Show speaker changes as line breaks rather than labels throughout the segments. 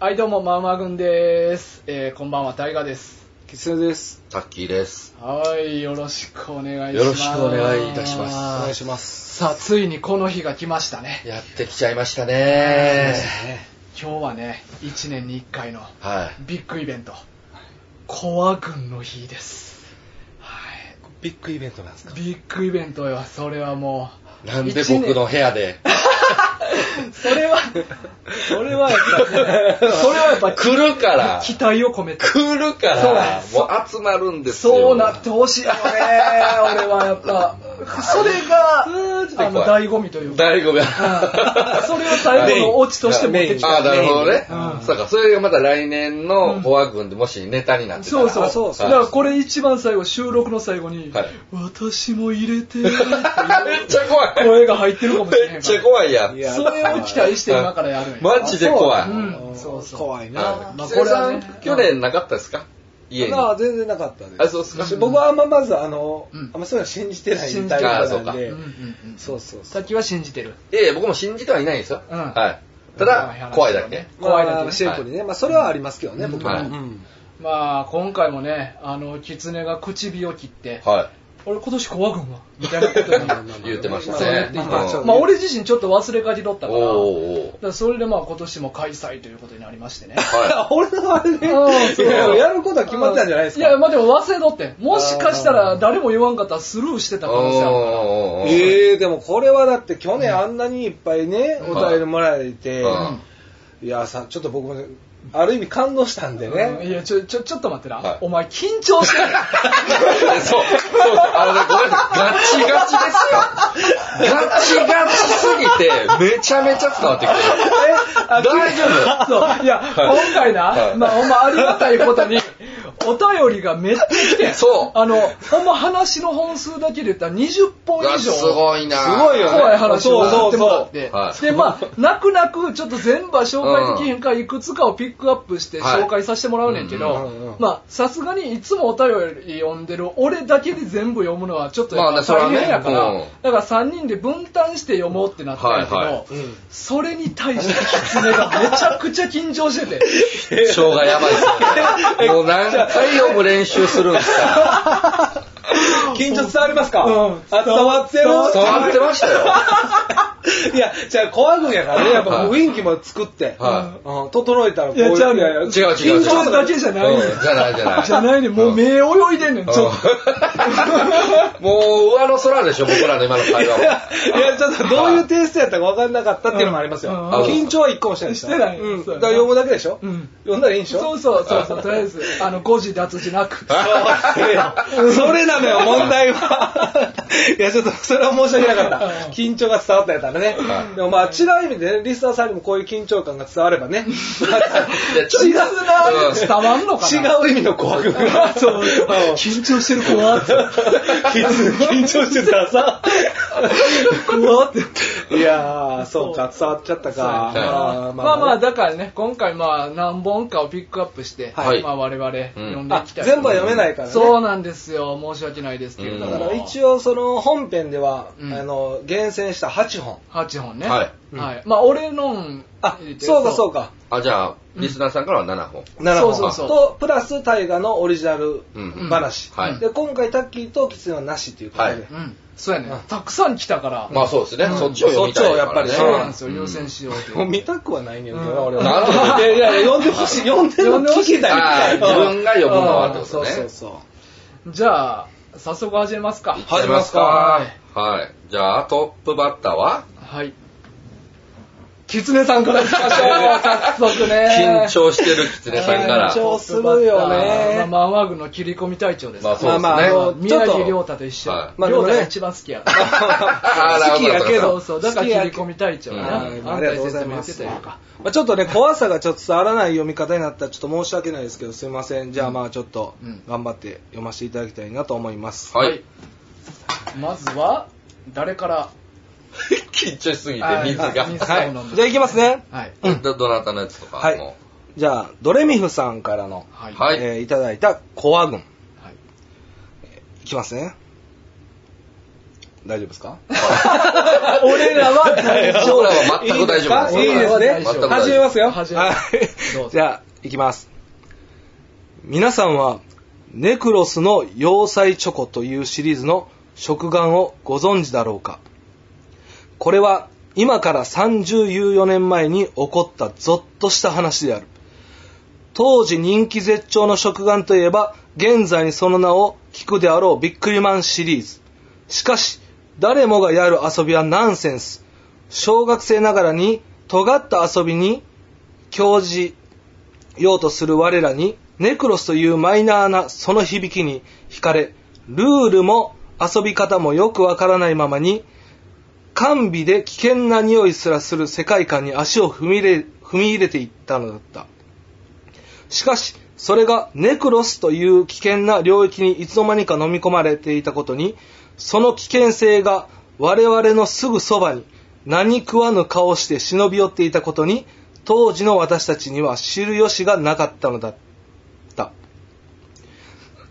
はい、どうも、まうまぐんです。えー、こんばんは、タイガです。
吉瀬です。
タッキーです。
はい、よろしくお願いします。
よろしくお願いいたします
お願いします。
さあ、ついにこの日が来ましたね。
やってきちゃいましたね。
今日はね、1年に1回の
はい。
ビッグイベント、コア軍の日です。はい。
ビッグイベントなんです
ビッグイベントよ、それはも
なんで僕の部屋で、
う。それは、それはやっぱ、それはやっぱ、
来る から、
期待を込めて。
来るか
そう
ら
だ、
もう集まるんですよ。
そうなってほしいよね、俺はやっぱ。それ が、あ
っと怖い
の、醍醐味というか。
醍醐味
うんそれを最後のオチとして持ってきた
ああ、なるほどね
うん。
そうか、それがまた来年のフォア軍でもしネタになってたら。
そうそう
そう
だからこれ一番最後、収録の最後に、
はい
私も入れて、
れ。 めっちゃ怖い。
声が入ってるかもしれへんから
めっちゃ怖いやん。
いや
それを期待して今からやるんや。
マジで怖
う
い。は
んそうそう
怖いな。
い
まあ
吉瀬さ
これはね
ん、去年なかったですか家に。
まあ全然なかったです。
あそうっすか
し僕はあんままず、あの
うん、
あんまそういうの信じてない
信じ
タイプなん
あ
う
で
んう。んうん
そうそう
さ
そ
っ
う。
きは信じてる。
いやいや、僕も信じてはいないんですよ。
うん
はい。ただ、怖いだけね。
怖いだけ
ま
ね
あシェイプにね。まあそれはありますけどね、
うん
僕
は
は。
い
うん
まあ、今回もね、あの、狐が口火を切って、
は
俺今年怖くんわ、みたいなことに。
い。言ってました
そうや
ね
っ。て
う
い
ん
た
まあちょっと
まあ、俺自身ちょっと忘れかけとったから、だ
おーおー
からそれでまあ今年も開催ということになりましてね。
は
俺のあれね、
うんそう
いややることは決まってたんじゃないですか。
いや、まあでも忘れとってん。もしかしたら誰も言わんかったらスルーして
い。
た可能性あるから。
おーおーおー
ええ、でもこれはだって去年あんなにいっぱいね、お便りもらえて、
うん
いやさ、ちょっと僕も、ある意味感動したんでね。
うんいや、ちょ、ちょ、ちょっと待ってな。
はい
お前緊張してる。
そう、そう、あのね、ごめんなさいガチガチですよ。ガチガチすぎて、めちゃめちゃ伝わってくる。大丈夫
そう。いや、
はい
今回な、
はい
まあ、ほんまありがたいことに、お便りがめっちゃ来てん
そう
あの、ほんま話の本数だけで言ったら20本
うわ
以上。
すごいな
すごいよね
怖い話をやってもらっ
そう
て
そうそ。う
で、まあ、泣く泣く、ちょっと全部は紹介できへんから、いくつかをピックアップして
はい
紹介させてもらうねんけ
うんうんうんう
ど
ん、
まあ、さすがにいつもお便り読んでる俺だけで全部読むのはちょっとやっ
まあ
ぱ
ねそれは
大
ね
変やか
うん
ら、だから3人で分担して読もうってなったんやけ
はいはい
ど
う、ん
それに対して狐がめちゃくちゃ緊張してて、
生姜やばいですよね。もう何回読む練習するんですか。
緊張伝わりますか、
うん
あ伝わってる
伝わってましたよ。
いや、じゃあ、怖くんやからね、やっぱ
はい
雰囲気も作って、
は
うん、整えたらこう
いやちゃうねん
いやいや
違う違う違う
緊張だけじゃ
い。
ないうね
んじゃないじゃない。
じゃないねんもう目泳いでんねん、ちょっと。
うんもう上の空でしょ、僕らの今の会話は。
いや、ちょっとどういうテイストやったか分かんなかったっていうのもありますよ。
うん
うん
緊張は一個もしてないですよ
してない
うん。だ
そ
か
うやな
ら読むだけでしょ、
うん
読んだらいいんでしょ
そうそうそうそう、とりあえず、あの、誤字脱字なく。
そうそれなのよ、問題は。 いや、ちょっと、それは申し訳なかった。緊張が伝わったやったらね
は。い
でもまあ、違う意味でね、リスナーさんにもこういう緊張感が伝われ ばね。
いやちょ
違うな、伝わんのかな。う。
違う意味の怖くが。そう。
緊張してる子はって。
緊張してたらさ。怖 って。いやー、そうか、伝わっちゃったか。
そうや
まあまあ、
ね
だからね、今回まあ何本かをピックアップして、
はい
まあ我々読んでい
あ
きたい。
全部は読めないからね。
そうなんですよ。申し訳ないですけれど
だ
も。
から一応その本編では、
うん
あの厳選した8本
8本ね。
はい
うん
はい。まあ、俺のん
あ
入れて。
そうかそうか
あ、じゃあ、リスナーさんからは7本。
7本
そうそうそう
とプラス大河のオリジナル
うん
話、
うんはい
で今回タッキーとキツネはなしっていうことで、
はい
うん。そうやね
うん。
たくさん来たから、
まあそうですね、
うん
そっちを読みたいから、ね。
そっち
そ
を
う
やっ
な
ぱ
ん
り
ですよ。優先しようという。
もう見たくはないねんけどな、
うん
俺は
なるほど
いやいや読んでほしい読んでるの聞きた
読んでほしいあ
い
ー自分が読むのはってことね
うんそうそうそ
じゃあ、早速始めますか。
う
始めますか。はい。じゃあ、トップバッターは
はい。キツネさんから行きましょう。早速ね。
緊張してる狐さんから。
緊張するよね
まあ、マンワーグの切り込み隊長です。
まあそうですね。
まあまああのちょっ
宮
と
城亮太と一緒。
はい
まあで
亮
もね
太が一番好きやから。
あー
好きやけ
そ
ど
うそう、だから切り込み隊長やな。
うん
あんたに説明言ってたやんか。
まあ、ちょっとね怖さがちょっと伝わらない読み方になったらちょっと申し訳ないですけどすいませんじゃあまあちょっと
うん
頑張って読ませていただきたいなと思います、
はい。
まずは、誰から
緊張しすぎて、
はい
水が。
はい
は
はい、じゃあいきますね
はい。
い。どどなたのやつとか
はい
も
じゃあドレミフさんからの、
はい。
はい
えーいただいたコア軍
はい
いきますね大丈夫ですか
俺俺らは大丈夫。
僕らは全く大丈夫
いいですね。
全く大
丈夫
始めますよ。
始めま
は
すどうぞ
い。 じゃあ、いきます。皆さんは、ネクロスの要塞チョコというシリーズの食玩をご存知だろうかこれは今から34年前に起こったゾッとした話である。当時人気絶頂の食玩といえば、現在にその名を聞くであろうビックリマンシリーズ。しかし、誰もがやる遊びはナンセンス。小学生ながらに、尖った遊びに、教じようとする我らに、ネクロスというマイナーなその響きに惹かれ、ルールも遊び方もよくわからないままに、甘美で危険な匂いすらする世界観に足を踏み入れ踏み入れていったのだった。しかし、それがネクロスという危険な領域にいつの間にか飲み込まれていたことに、その危険性が我々のすぐそばに何食わぬ顔して忍び寄っていたことに、当時の私たちには知る由がなかったのだった。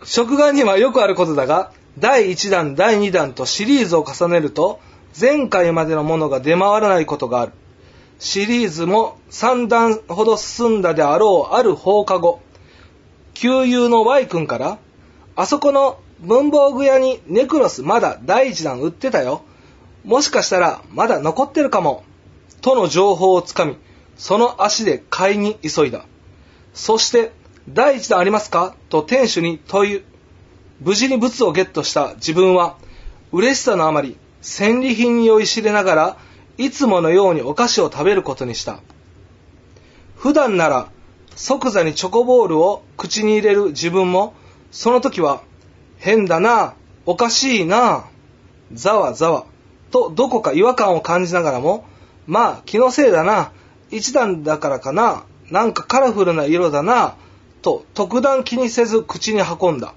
食玩にはよくあることだが、第1弾、第2弾とシリーズを重ねると、前回までのものが出回らないことがある。シリーズも3段ほど進んだであろうある放課後、旧友の Y 君から、あそこの文房具屋にネクロスまだ第1弾売ってたよ。もしかしたらまだ残ってるかも。との情報をつかみ、その足で買いに急いだ。そして、第1弾ありますかと店主に問い、無事に物をゲットした自分は、嬉しさのあまり、戦利品に酔いしれながら、いつものようにお菓子を食べることにした。普段なら、即座にチョコボールを口に入れる自分も、その時は、変だなあ、おかしいなあ、ざわざわ、とどこか違和感を感じながらも、まあ気のせいだな、一段だからかな、なんかカラフルな色だな、と特段気にせず口に運んだ。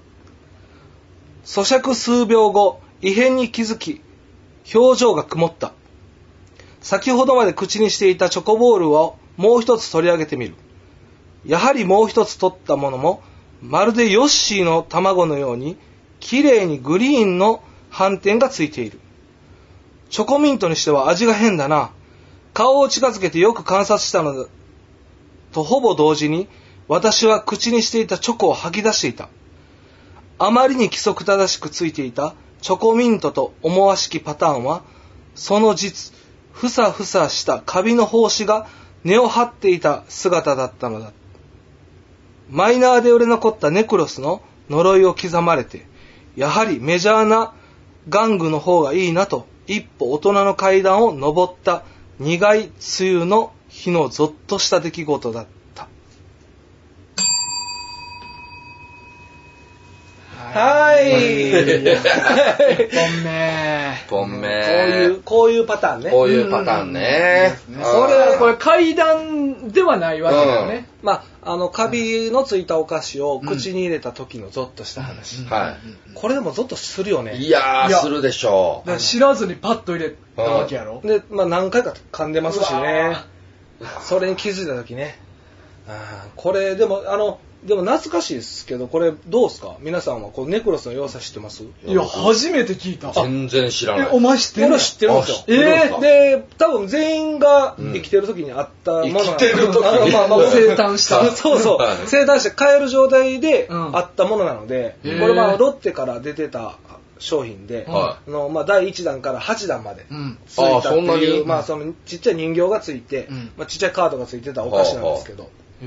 咀嚼数秒後、異変に気づき、表情が曇った。先ほどまで口にしていたチョコボールをもう一つ取り上げてみる。やはりもう一つ取ったものも、まるでヨッシーの卵のように、綺麗にグリーンの斑点がついている。チョコミントにしては味が変だな。顔を近づけてよく観察したのだ。とほぼ同時に、私は口にしていたチョコを吐き出していた。あまりに規則正しくついていたチョコミントと思わしきパターンは、その実、ふさふさしたカビの胞子が根を張っていた姿だったのだ。マイナーで売れ残ったネクロスの呪いを刻まれて、やはりメジャーな玩具の方がいいなと、一歩大人の階段を登った苦い梅雨の日のぞっとした出来事だった。はい。
1本目。
本命。
こういう、こういうパターンね。
こういうパターンね。
そ
あ
れ
ー
はこれ階段ではないわけだよね。
まあ、あの、カビのついたお菓子を口に入れた時のゾッとした話。
は
これでもゾッとするよね。
い。いや
いや
ー、するでしょ
だから知らずにパッと入れたわけやろ。
で、まあ、何回か噛んでますし
う
ね
わ。
それに気づいた時ね。あーこれ、でも、あの、でも懐かしいですけど、これどうですか皆さんは、こう、ネクロスの要塞知ってます
いや、初めて聞いた。
う。全然知ら
え
ない、。
お前知ってる
俺知ってるんですよ
あ知ってるんですか
で、多分全員が生きてる時にあったものなん
生きてる時に
まあまあまあ
生誕した
そう そうそう
はい。
生誕して買える状態で
うん
あったものなので、
へー
これはロッテから出てた商品で、
は
あのまあ第1弾から8弾まで
うん。
ついたって
あーそんな
いう、
に
まあそのちっちゃい人形がついて
うん、
まあちっちゃいカードがついてたお菓子なんですけど、
へー
こ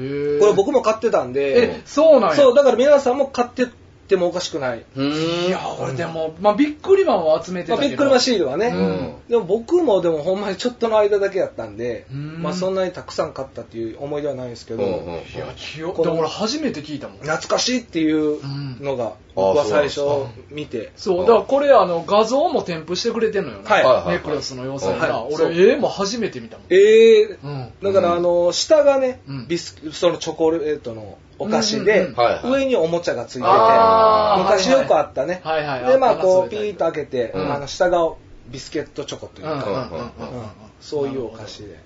れ僕も買ってたん
え
で、、
そうなんや。
そう、だから皆さんも買ってってもおかしくない。
うーん。
いや、俺でも、まあ、ビックリマンを集めて
ま
た
あ、
けど。
びっくりマシールはね、
うん
でも僕もでもほんまにちょっとの間だけやったんで、
うん
まあそんなにたくさん買ったっていう思い出はないんですけど、
うんうん
いや、記憶、だから俺初めて聞いたもん。
懐かしいっていうのが僕は最初見て、
そう、だからこれ、あの、画像も添付してくれてんのよね。
はい
はいはい
ネクレスの要塞が。
はいそう
俺、ええもう初めて見たもん。
えー
うん。
だからあの下がね、
うん
ビスキそのチョコレートのお菓子で、
うんうんうん
はいはい
上におもちゃがついてて
あー
昔よくあったね、
はいはい
でま
っ
あ
たな
こう
そ
ピ
うい
ー
う
ッ
タ
と
イ
開けて、
うん
あの下がビスケットチョコという
うんうん
か、
うんうんうん
うんそういうお菓子で。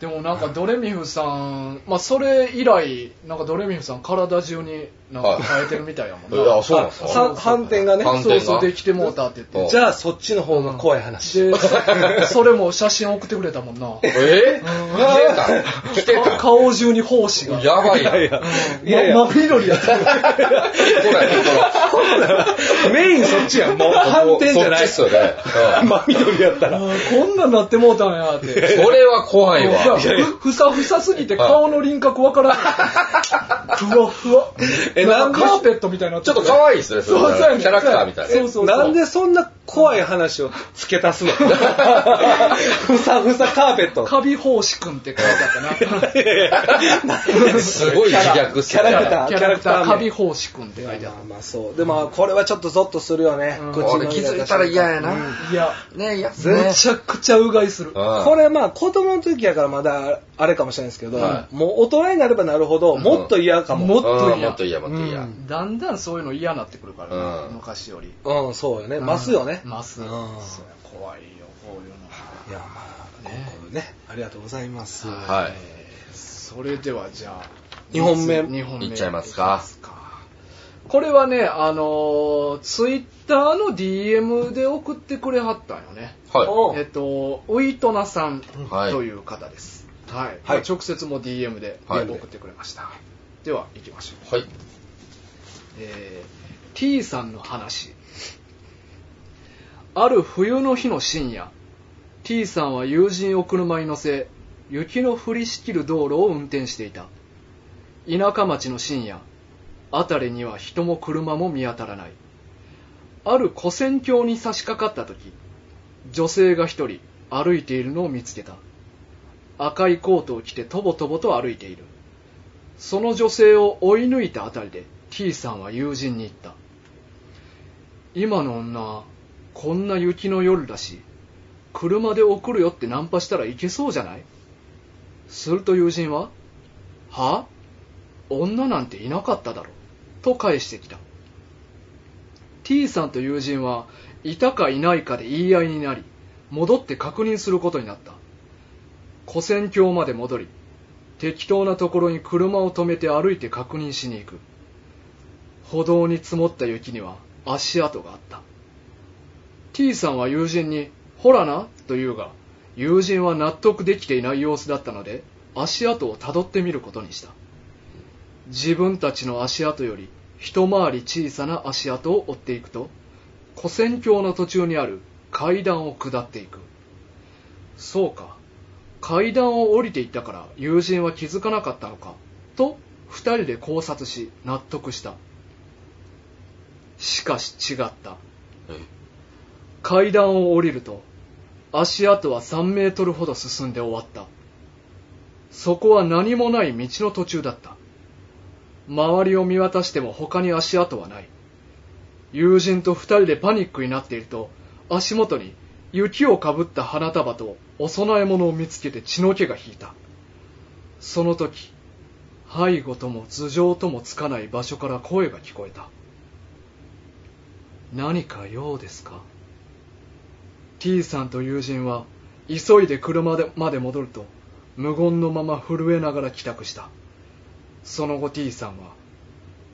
でもなんかドレミフさん、まあ、それ以来なんかドレミフさん体中になんか変えてるみたいやもんな、
はいあそうなんですか
さ反転がね。
反
そ
転
うそうできてもうたって言って
うん
じゃあそっちの方が怖い話。
でそそれも写真送ってくれたもんな
えー、来てた来てた
顔中に胞子が
やばいな。
や
いや真緑やった
ほら、ほ
メインそっちやん。もう
ら、
反転じゃない。
そっちっすよね。うん
真緑やったら。
あーこんなんなってもうたんやって。
それは怖いわ。
ふふさふさすぎて顔の輪郭わからない。ふわふわ。
え
なんかカ
なん
ー
で
ペットみたいにな
ちょっと
わ
可愛いですね、それ
そうそうやね
キャラクターみたいな。
そうそう
なんでそんな怖い話を付け足すの ふさふさカーペット。
カビ胞子くんって可愛かったな。
すごい自虐っす
キャラクター
キャラクター
キャラクター名
カビ胞子くんって書いてあ
まあまあそう。でもこれはちょっとゾッとするよね。
うん
口の
俺気づいたら嫌やな。
うん
る。いや、
ねえ、やつ
めちゃくちゃうがいする。
これまあ子供の時やからまだあれかもしれないですけど、
は
もう大人になればなるほど
ん
もっと嫌かも。
もっと
うん
嫌
もっと嫌、もっと嫌。
だんだんそういうの嫌になってくるからな、
うん
昔より。
うん、そうよね。ますよね。
ます。
う
そ
ん
う怖いよ、こういうの。
いや、まあ、ね、ね、ありがとうございます。
はい
えーそれではじゃあ
二本目
二本目
いっちゃいますか
いきまこれはねあのツイッター Twitter の DM で送ってくれはったんよね
は
お
えっとウイトナさん
はい
という方ですはい、
はい
まあ直接も DM で
はい
送ってくれました、では行きましょう
い。はい。
えー T さんの話ある冬の日の深夜 T さんは友人を車に乗せ雪の降りしきる道路を運転していた田舎町の深夜辺りには人も車も見当たらないある古戦橋に差し掛かった時女性が一人歩いているのを見つけた赤いコートを着てとぼとぼと歩いているその女性を追い抜いたあたりで T さんは友人に言った今の女こんな雪の夜だし車で送るよってナンパしたらいけそうじゃないすると友人は「は女なんていなかっただろ」と返してきた T さんと友人はいたかいないかで言い合いになり戻って確認することになった古戦橋まで戻り適当なところに車を止めて歩いて確認しに行く歩道に積もった雪には足跡があった T さんは友人に「ほらな」と言うが友人は納得できていない様子だったので足跡をたどってみることにした自分たちの足跡より一回り小さな足跡を追っていくと古戦橋の途中にある階段を下っていくそうか階段を降りていったから友人は気づかなかったのかと2人で考察し納得したしかし違った階段を降りると足跡は3メートルほど進んで終わったそこは何もない道の途中だった周りを見渡しても他に足跡はない友人と2人でパニックになっていると足元に雪をかぶった花束とお供え物を見つけて血の気が引いたその時背後とも頭上ともつかない場所から声が聞こえた何か用ですか T さんと友人は急いで車でまで戻ると無言のまま震えながら帰宅したその後 T さんは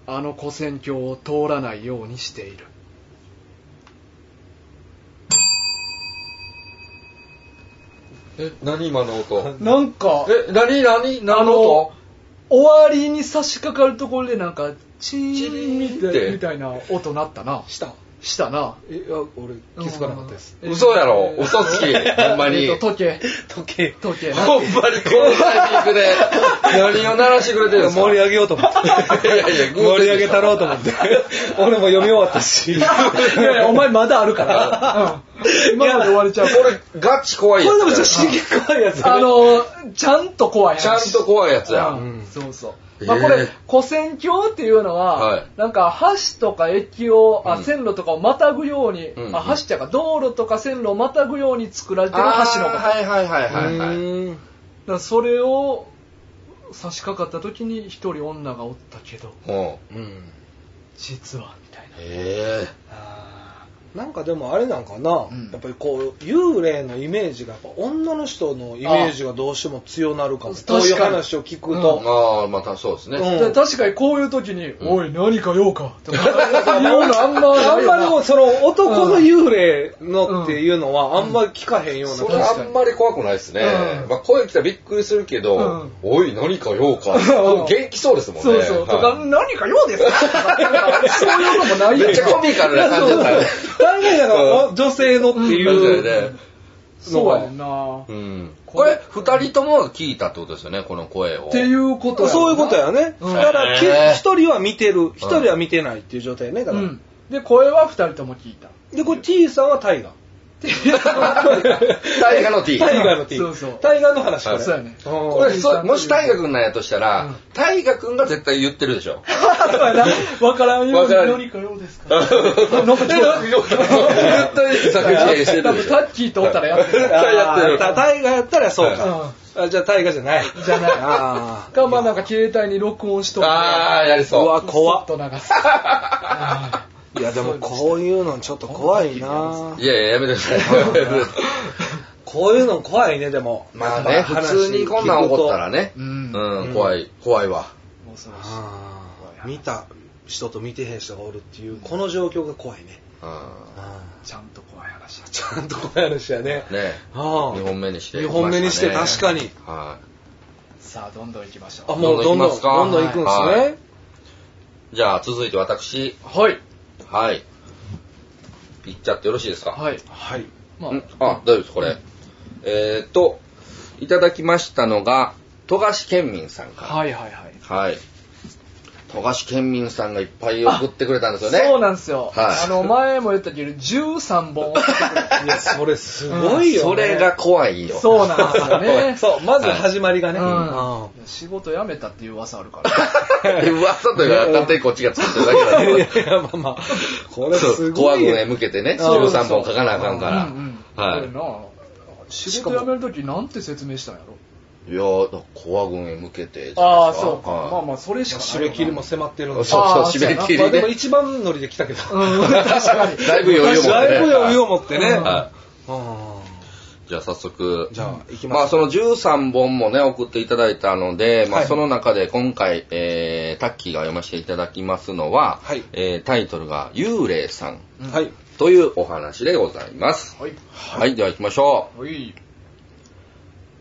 あの古戦橋を通らないようにしている
え、何今の音
なんか
え、何何何の音
終わりに差し掛かるところでなんかチ
チ
ーン
リ
み
ーンったて
いみたいな音なったな
した
したな
え、いや俺気づかなかったです。
うん
嘘やろ嘘つきほんまに。
えっ
ほん
と時計
時計。
時計
まにこのタイミングで何を鳴らしてくれてるんですか
盛り上げようと思って。
いやいや、グー
盛り上げたろうと 思って。俺も読み終わったし。いやいや、お前まだあるから。
今まで終われちゃう
これガチ怖いや
これでもちょっと
つ。
刺激怖いやつだね。
あのちゃんと怖い話
ちゃんと怖いやつ
う
や。
んそうそう、
えー
まあ、これ古線橋っていうのは、
はい
なんか橋とか駅をあ、
うん
線路とかをまたぐように、
うん
あ橋っていうか道路とか線路をまたぐように作られてる橋のこと
あーはいはいはいはいは
う
い。
ーん
だからそれを差し掛かった時に一人女がおったけど
ほう
うん。
実はみたいな
へえ。
あ
なんかでもあれなんかな、
うん
やっぱりこう幽霊のイメージがやっぱ女の人のイメージがどうしても強なるかも
あ
こういう
確かに
話を聞く
う
と、
ああ、またそうですね。
うん
で確かにこういう時に「
ん
おい何か用か」とか言うのあんま
あんまりもうその男の
うん
幽霊のっていうのはあんまり聞かへんような
それ
は
あんまり怖くないですね。
うん
まあ、声来たらびっくりするけど、
うん
おい、何か用か。
うん
元気そうですもんね。
そうそう、とか
は
何か用ですかとかなんかそういうのもない
い
よ
めっちゃコミカルな感じだったね。
大変やから女性のって
そう
い
だよ
う
ね。
そうやんなっ
うん。これ、二人とも聞いたってことですよね、この声を。
ていうことやな
そういうことやね。
うん
だから、き
へー
一人は見てる、一人は見てないっていう状態ね。だ
う
から。
んで声は二人とも聞いた
で、これ T さん はタイガー。
大河の T。
タイガーの T。
そうそう
タイガーの話、これ。
そうやね
ん
これ、そもし大河君なんやとした
う
ら
ん、
大河君が絶対言ってるでしょ。
わからんよう
わ
に
からん
何か用ですか
なんか絶対作詞して
多
るで
分
し
タ
ょ。
ッキーとおったらやって
絶
る
対やってる
あータイガーやったらそうか。あじゃあタイガーじゃない。
じゃない
あ
かまあなんか携帯に録音しと
ああ、やり
ーう
そう。
わ、怖っ
っと流すあ
いや、でもこういうのちょっと怖いない
やいや、やめてくだ さい。
こういうの怖いね、でも。
まあね、普通にこんなん起こったら。ね
ー。うん恐
う
うん
ん、怖い、怖いわ。
ろしい
あー見た人と見てへん人がおるっていう、この状況が怖いね。
うん
ちゃんと怖い話
ちゃんと怖い話やね。
ね
ああ
二本目にして
二本目にして確かに。
は
さあどんどん行きましょう
あ、もうど
ど
ん
んど
ど
ん
ん、
行きますか
どんどん行くんです
は
ね。
い。じゃあ、続いて私、
はい
はい。行っちゃってよろしいですか
はい
はい。
ま
うんあ、大丈夫です、これ。えーっと、いただきましたのが、富樫県民さん
あ
か
はいはいはい
ら。はい。富樫県民さんがいっぱい送ってくれたんですよね。
そうなんですよ、
はい
あの前も言ったけど13本 送ってくれた
いや、それすごいよ、ね。
それが怖いよ。
そうなんですよね
そう、まず始まりがね。
うん
う
仕事辞めたっていう噂あるから。
噂というか、勝手にこっちが作ってるだけだ
んい
け
やいや、まあまあ、これす
ど。
ご
怖く
いよ。
ね、向けてね、
そう
13本書かなあかんから。
うんうん。
はい
これな仕事辞めるときなんて説明したんやろ
いやー、怖軍へ向けてじ
あ
ゃない
あ、
ですか。
そうか。
はい
まあまあ、それしかないよな。
締め切りも迫ってるん
そう
で。
そう
あ、ー
締め切
まあ
り
でも
ね。
一番乗りで来たけど。
うん、確かに。
だいぶ余裕を持ってね。
だいぶ余裕を持ってね。
は
うん
いじゃあ早速。
じゃあ、行き
ま
ま
あ
すか。
その13本もね、送っていただいたので、ま
は
あ
い
その中で今回、えー、タッキーが読ませていただきますのは、
はい
えータイトルが幽霊さん
うん
はい。
というお話でございます。
はい。
はい、では行きましょう。
はい。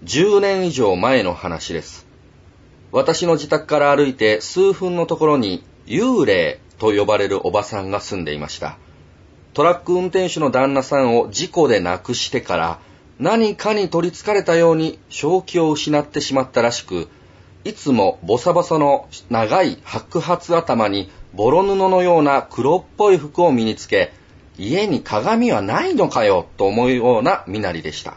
10年以上前の話です。私の自宅から歩いて数分のところに幽霊と呼ばれるおばさんが住んでいました。トラック運転手の旦那さんを事故で亡くしてから何かに取り憑かれたように正気を失ってしまったらしく、いつもボサボサの長い白髪頭にボロ布のような黒っぽい服を身につけ、家に鏡はないのかよと思うような身なりでした。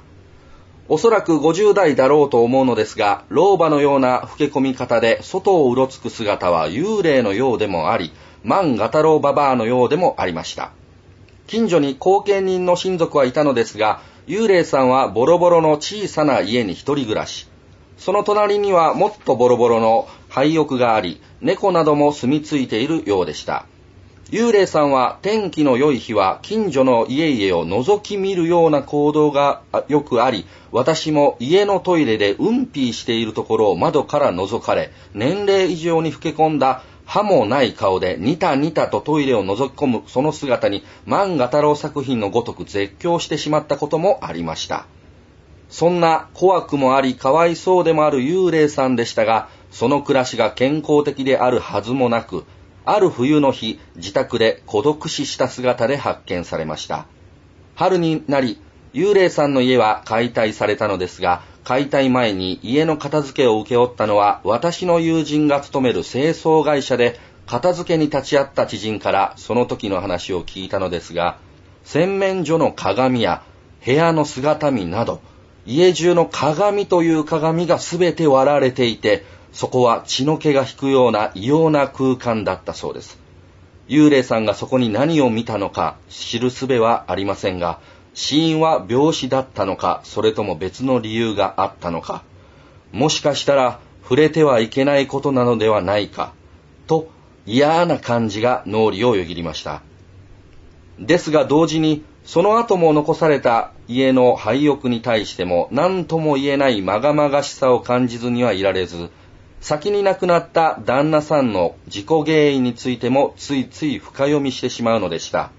おそらく50代だろうと思うのですが、老婆のような老け込み方で、外をうろつく姿は幽霊のようでもあり、万ガタロウババアのようでもありました。近所に後見人の親族はいたのですが、幽霊さんはボロボロの小さな家に一人暮らし。その隣にはもっとボロボロの廃屋があり、猫なども住み着いているようでした。幽霊さんは天気の良い日は近所の家々を覗き見るような行動があよくあり私も家のトイレでうんぴーしているところを窓から覗かれ年齢以上に老け込んだ歯もない顔でニタニタとトイレを覗き込むその姿に万画太郎作品のごとく絶叫してしまったこともありましたそんな怖くもありかわいそうでもある幽霊さんでしたが、その暮らしが健康的であるはずもなく、ある冬の日、自宅で孤独死した姿で発見されました。春になり、幽霊さんの家は解体されたのですが、解体前に家の片付けを請け負ったのは、私の友人が勤める清掃会社で、片付けに立ち会った知人からその時の話を聞いたのですが、洗面所の鏡や部屋の姿見など、家中の鏡という鏡が全て割られていて、そこは血の気が引くような異様な空間だったそうです。幽霊さんがそこに何を見たのか知る術はありませんが死因は病死だったのかそれとも別の理由があったのかもしかしたら触れてはいけないことなのではないかと嫌な感じが脳裏をよぎりましたですが同時にその後も残された家の廃屋に対しても何とも言えないまがまがしさを感じずにはいられず先に亡くなった旦那さんの事故原因についてもついつい深読みしてしまうのでした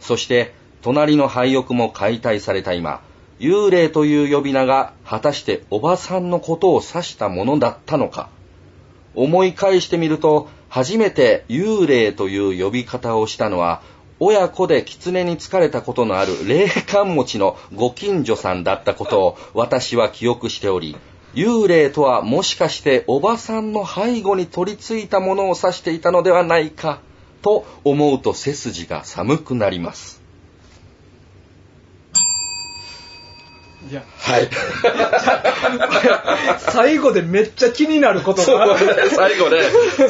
そして隣の廃屋も解体された今幽霊という呼び名が果たしておばさんのことを指したものだったのか思い返してみると初めて幽霊という呼び方をしたのは親子で狐に疲れたことのある霊感持ちのご近所さんだったことを私は記憶しており幽霊とはもしかしておばさんの背後に取り付いたものを指していたのではないかと思うと背筋が寒くなります
いや、
はい
最後でめっちゃ気になること
そう
がある。
最後ね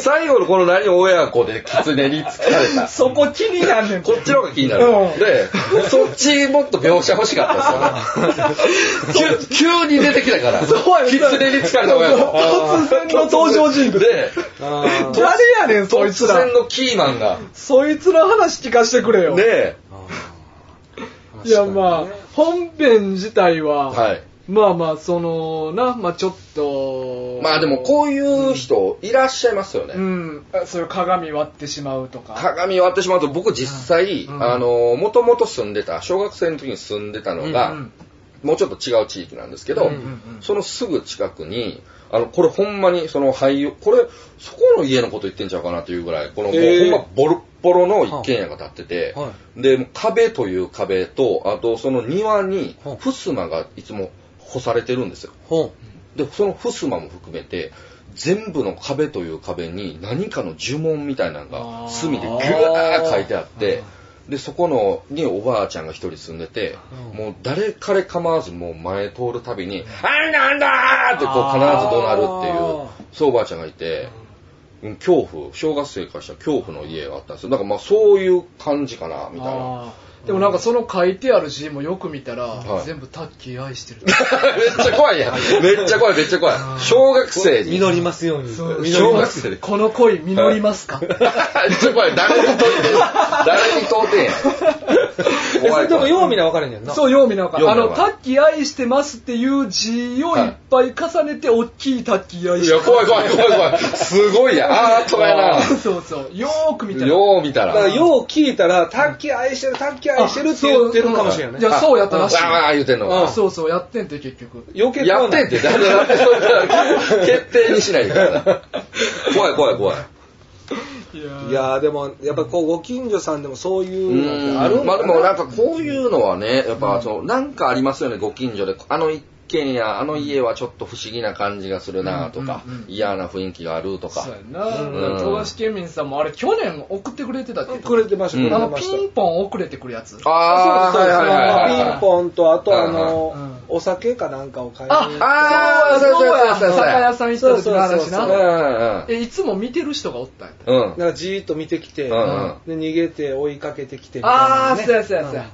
最後のこの何親子で狐に疲れた
そこ気になんねん。
こっちの方が気になる。
うん
で、そっちもっと描写欲しかった ですよ。急急に出てきたから。
そうやねん
狐に疲れた親子。
突然の登場人物。
で、
あー
誰やねん、そいつ
突
ら。
然のキーマンが。
そいつら話聞かせてくれよ。
で、
いや、まあ、本編自体は、
はい。
まあまあ、その、な、まあちょっと。
まあでもこういう人いらっしゃいますよね。
うん、それ鏡割ってしまうとか。
鏡割ってしまうと僕実際、
うん
あの、もともと住んでた、小学生の時に住んでたのが、
うん
もうちょっと違う地域なんですけど、
うんうんうん
そのすぐ近くに、あの、これほんまに、その廃屋、これ、そこの家のこと言ってんちゃうかなというぐらい、このもう
え
ほん
ー
まボロッボロの一軒家が建ってて、
は
で、もう壁という壁と、あとその庭に
は、い
襖がいつも干されてるんですよ。
ほ
で、その襖も含めて、全部の壁という壁に何かの呪文みたいなの
あ
が
ー
墨でギュワー書いてあって、で、そこのにおばあちゃんが一人住んでて、
うん
もう誰彼構わずもう前通るたびに、あんだあんだーってこう必ず怒鳴るっていう、そうおばあちゃんがいて、うん恐怖、小学生からしたら恐怖の家があったんですよ。だからまあそういう感じかな、みたいな。
あーでもなんかその書いてある字もよく見たら、
はい
全部タッキー愛 してる。
めっちゃ怖いやん。めっちゃ怖い、めっちゃ怖い。小学生に。
実りますように。
そう
実り
小
ま
学
す。
生で。
この恋実りますか
ちょ、これ、誰に通ってん誰に通ってんやん。
えそれでも
怖
よう見な分かれんねん な。
そう、よう見ながら。あ
よう見
の、
なが
タ
ら
ッキー愛してますっていう字をいっぱい重ねて、大きいタッキー愛
い
して
や、
ます。
怖い怖い怖い怖い。すごいやん。あー、あとやな。
そうそう。よーく見たら。
よう見た
だ
ら。
からよう聞いたら、タッキー愛してる、タッキー愛してるって言ってるかもしれんよ
いや
ね。
そうやったらしい
ああ、言うてんの
あ
か。
そうそう、やってんて、結局。
余計
や
怖
っ
ない
てんって、だんだん決定にしないからな。怖い怖い怖い。
いやー
いやーでも、やっぱこう、ご近所さんでもそういうのってある
うんんまあ
だ
で
な
もなんかこういうのはね、やっぱそう、なんかありますよね、ご近所で。あの一軒家、あの家はちょっと不思議な感じがするなとか
うんうんうん、
嫌な雰囲気があるとか
そう。やな、
うん
富樫県民さんもあれ去年送ってくれてたっけ
くれてました、
うん
く
あ
れて
の
まし
ピ
た。
ンポン遅れてくるやつ
ああ、
そう
はい
です
はいはい
そ
は
う
い。
ピンポンと、あとあ
はいはい
の、お酒かなんかを買いに行って。
あー
そうや
そうやそうやそうや
酒屋さん行った時の話
そうそう
な
そ
えいつも見てる人がおったんや
うん。うん。
なんかじーっと見てきて、
うんうん
で逃げて追いかけてきてみたい
あ
な
あ
ね、
そうやそうやそうや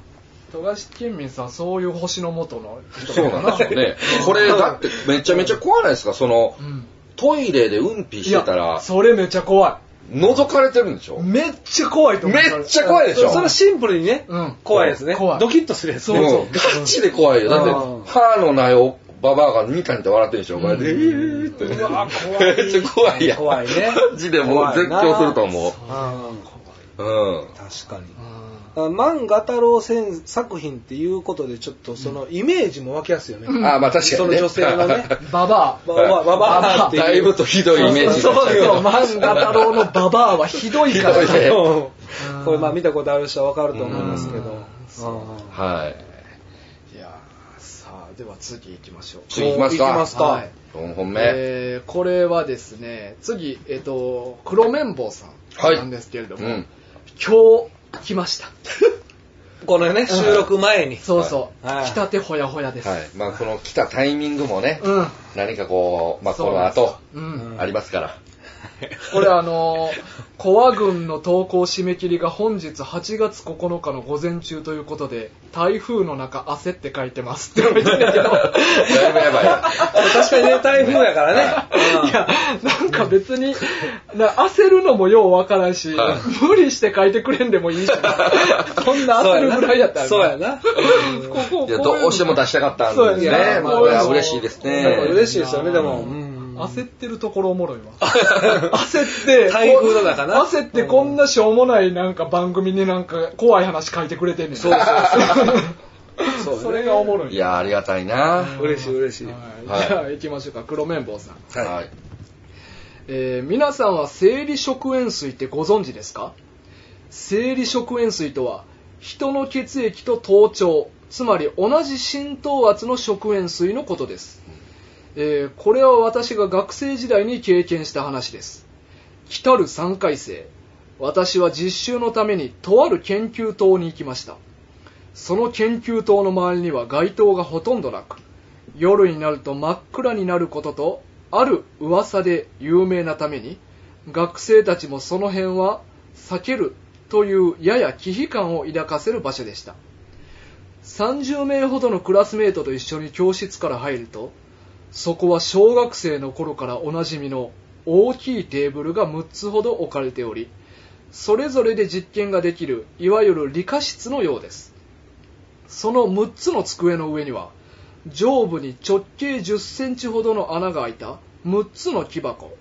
富樫県民さんそういう星の元の人
そうなんですよね。これだってめちゃめちゃ怖ないですかその
うん
トイレでうんぴ
い
してた
や
ら
それめっちゃ怖
覗かれてるんでし
い
ょ
めっちゃ怖いと思う
めっちゃ怖いでし
そ
ょ
うそれはシンプルにね、
うん
怖いですね
怖い
ドキッとするやつね
そうそう
う んガチで怖いよ。だって
うん
歯のないおババアがニタニタ笑ってるでしょお前で、えーって。
うわ怖い
めっちゃ怖いやん。
怖いね
マジでもう絶叫すると思
うん
う。うん。
確かに
うん
漫画太郎戦作品っていうことでちょっとそのイメージも湧きやすいよね、
うん
ああ、まあ確かにね。
その女性 がね
ババ
わわわばーって
だい
いう
ぶとひど
ア
いイメージ
そうそうそう
マ
漫画太郎のババアはひどいから
ひどいね
うんこれまあ見たことある人はわかると思いますけど、
うんそう
はい。
いやーさあでは次行きましょう
次行きますか
行きますか、
はい
4本目。
えーこれはですね次、えっと黒綿棒さん
はい
なんですけれども、
うん
今日来ました
このね収録前に、
そうそう、
はい
来たてほやほやです、
はい。まあ、この来たタイミングもね、
うん
何かこう、まあ、
そ
こ
う
の
なんですよ
後、
うん、
ありますから。
これあ のー、コア軍の投稿締め切りが本日8月9日の午前中という ことで、台風の中焦って書いてますって書いてるけど、
だいぶやばいよ。
確かにね、台風やから
い
ね。
や、なんか別に、な焦るのもようわからんし、
は
無理して書いてくれんでもいいし、 そんな焦るぐらいやったらな。
そうやな。
こここ
いや、どうしても出したかったん
そうです
で
す
ね。
ね
まあ、これは嬉しいです
うんなんか
ね。
嬉しいですよね、でも。
うん焦ってるところおもろいわ。焦って、
台風の中な
こ焦ってこんなしょうもないなんか番組になんか怖い話書いてくれてんねん。
そうそう
そ
そうそう
れがおもろい。
いや、ありがたいな。
嬉しい嬉しい。
はい
はい
じゃあ行きましょうか。黒綿棒さん。
は
はい。
えー皆さんは生理食塩水ってご存知ですか生理食塩水とは人の血液と頭頂つまり同じ浸透圧の食塩水のことです、えーこれは私が学生時代に経験した話です来たる3回生私は実習のためにとある研究棟に行きましたその研究棟の周りには街灯がほとんどなく夜になると真っ暗になることとある噂で有名なために学生たちもその辺は避けるというやや忌避感を抱かせる場所でした30名ほどのクラスメートと一緒に教室から入るとそこは小学生の頃からおなじみの大きいテーブルが6つほど置かれておりそれぞれで実験ができるいわゆる理科室のようですその6つの机の上には上部に直径1 0センチほどの穴が開いた6つの木箱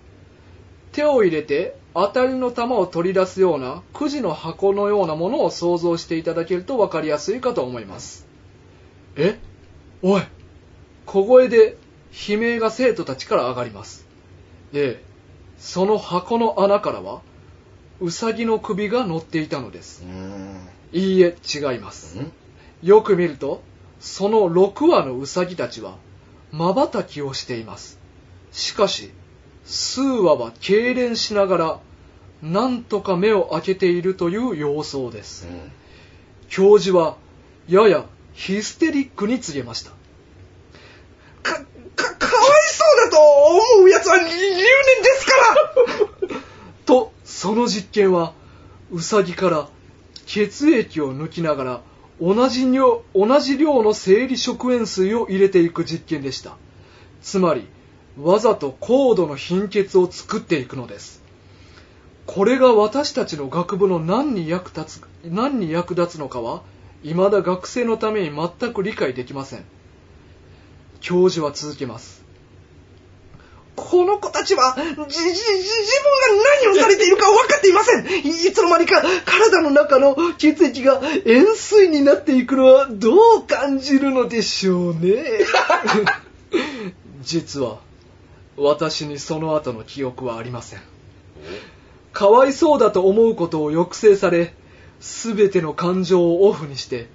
手を入れて当たりの球を取り出すようなくじの箱のようなものを想像していただけると分かりやすいかと思いますえおい小声で悲鳴が生徒たちから上がりますええその箱の穴からはウサギの首が乗っていたのです
うーん
いいえ違いますよく見るとその6羽のウサギたちはまばたきをしていますしかし数羽は痙攣しながらなんとか目を開けているという様相です
うん
教授はややヒステリックに告げました
か、か、かわいそうだと思うやつは留年ですから
とその実験はウサギから血液を抜きながら同じ量同じ量の生理食塩水を入れていく実験でしたつまりわざと高度の貧血を作っていくのですこれが私たちの学部の何に役立つ何に役立つのかは未だ学生のために全く理解できません教授は続けます
この子たちは、じ、じ、じ、自分が何をされているか分かっていません。いいつの間にか、
体の中の血液が塩水になっていくのはどう感じるのでしょうね実は私にその後の記憶はありませんかわいそうだと思うことを抑制され全ての感情をオフにして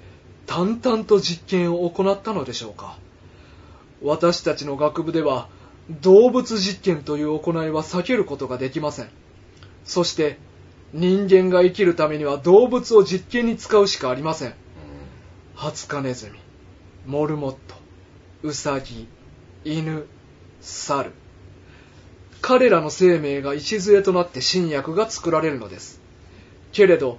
淡々と実験を行ったのでしょうか私たちの学部では動物実験という行いは避けることができませんそして人間が生きるためには動物を実験に使うしかありませんハツカネズミモルモットウサギ犬猿彼らの生命が礎となって新薬が作られるのですけれど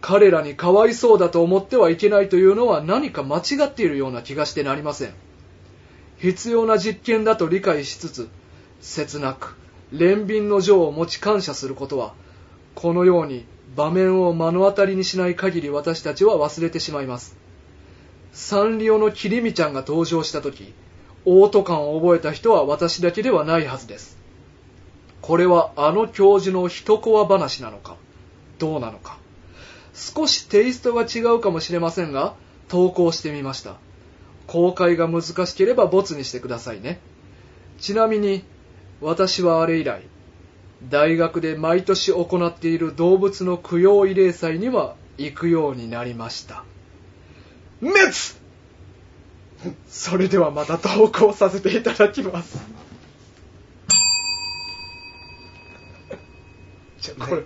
彼らにかわいそうだと思ってはいけないというのは何か間違っているような気がしてなりません必要な実験だと理解しつつ切なく憐憫の情を持ち感謝することはこのように場面を目の当たりにしない限り私たちは忘れてしまいますサンリオのキリミちゃんが登場した時オート感を覚えた人は私だけではないはずですこれはあの教授の一コア話なのかどうなのか少しテイストが違うかもしれませんが投稿してみました公開が難しければボツにしてくださいねちなみに私はあれ以来大学で毎年行っている動物の供養慰霊祭には行くようになりました
滅
それではまた投稿させていただきますちょこれ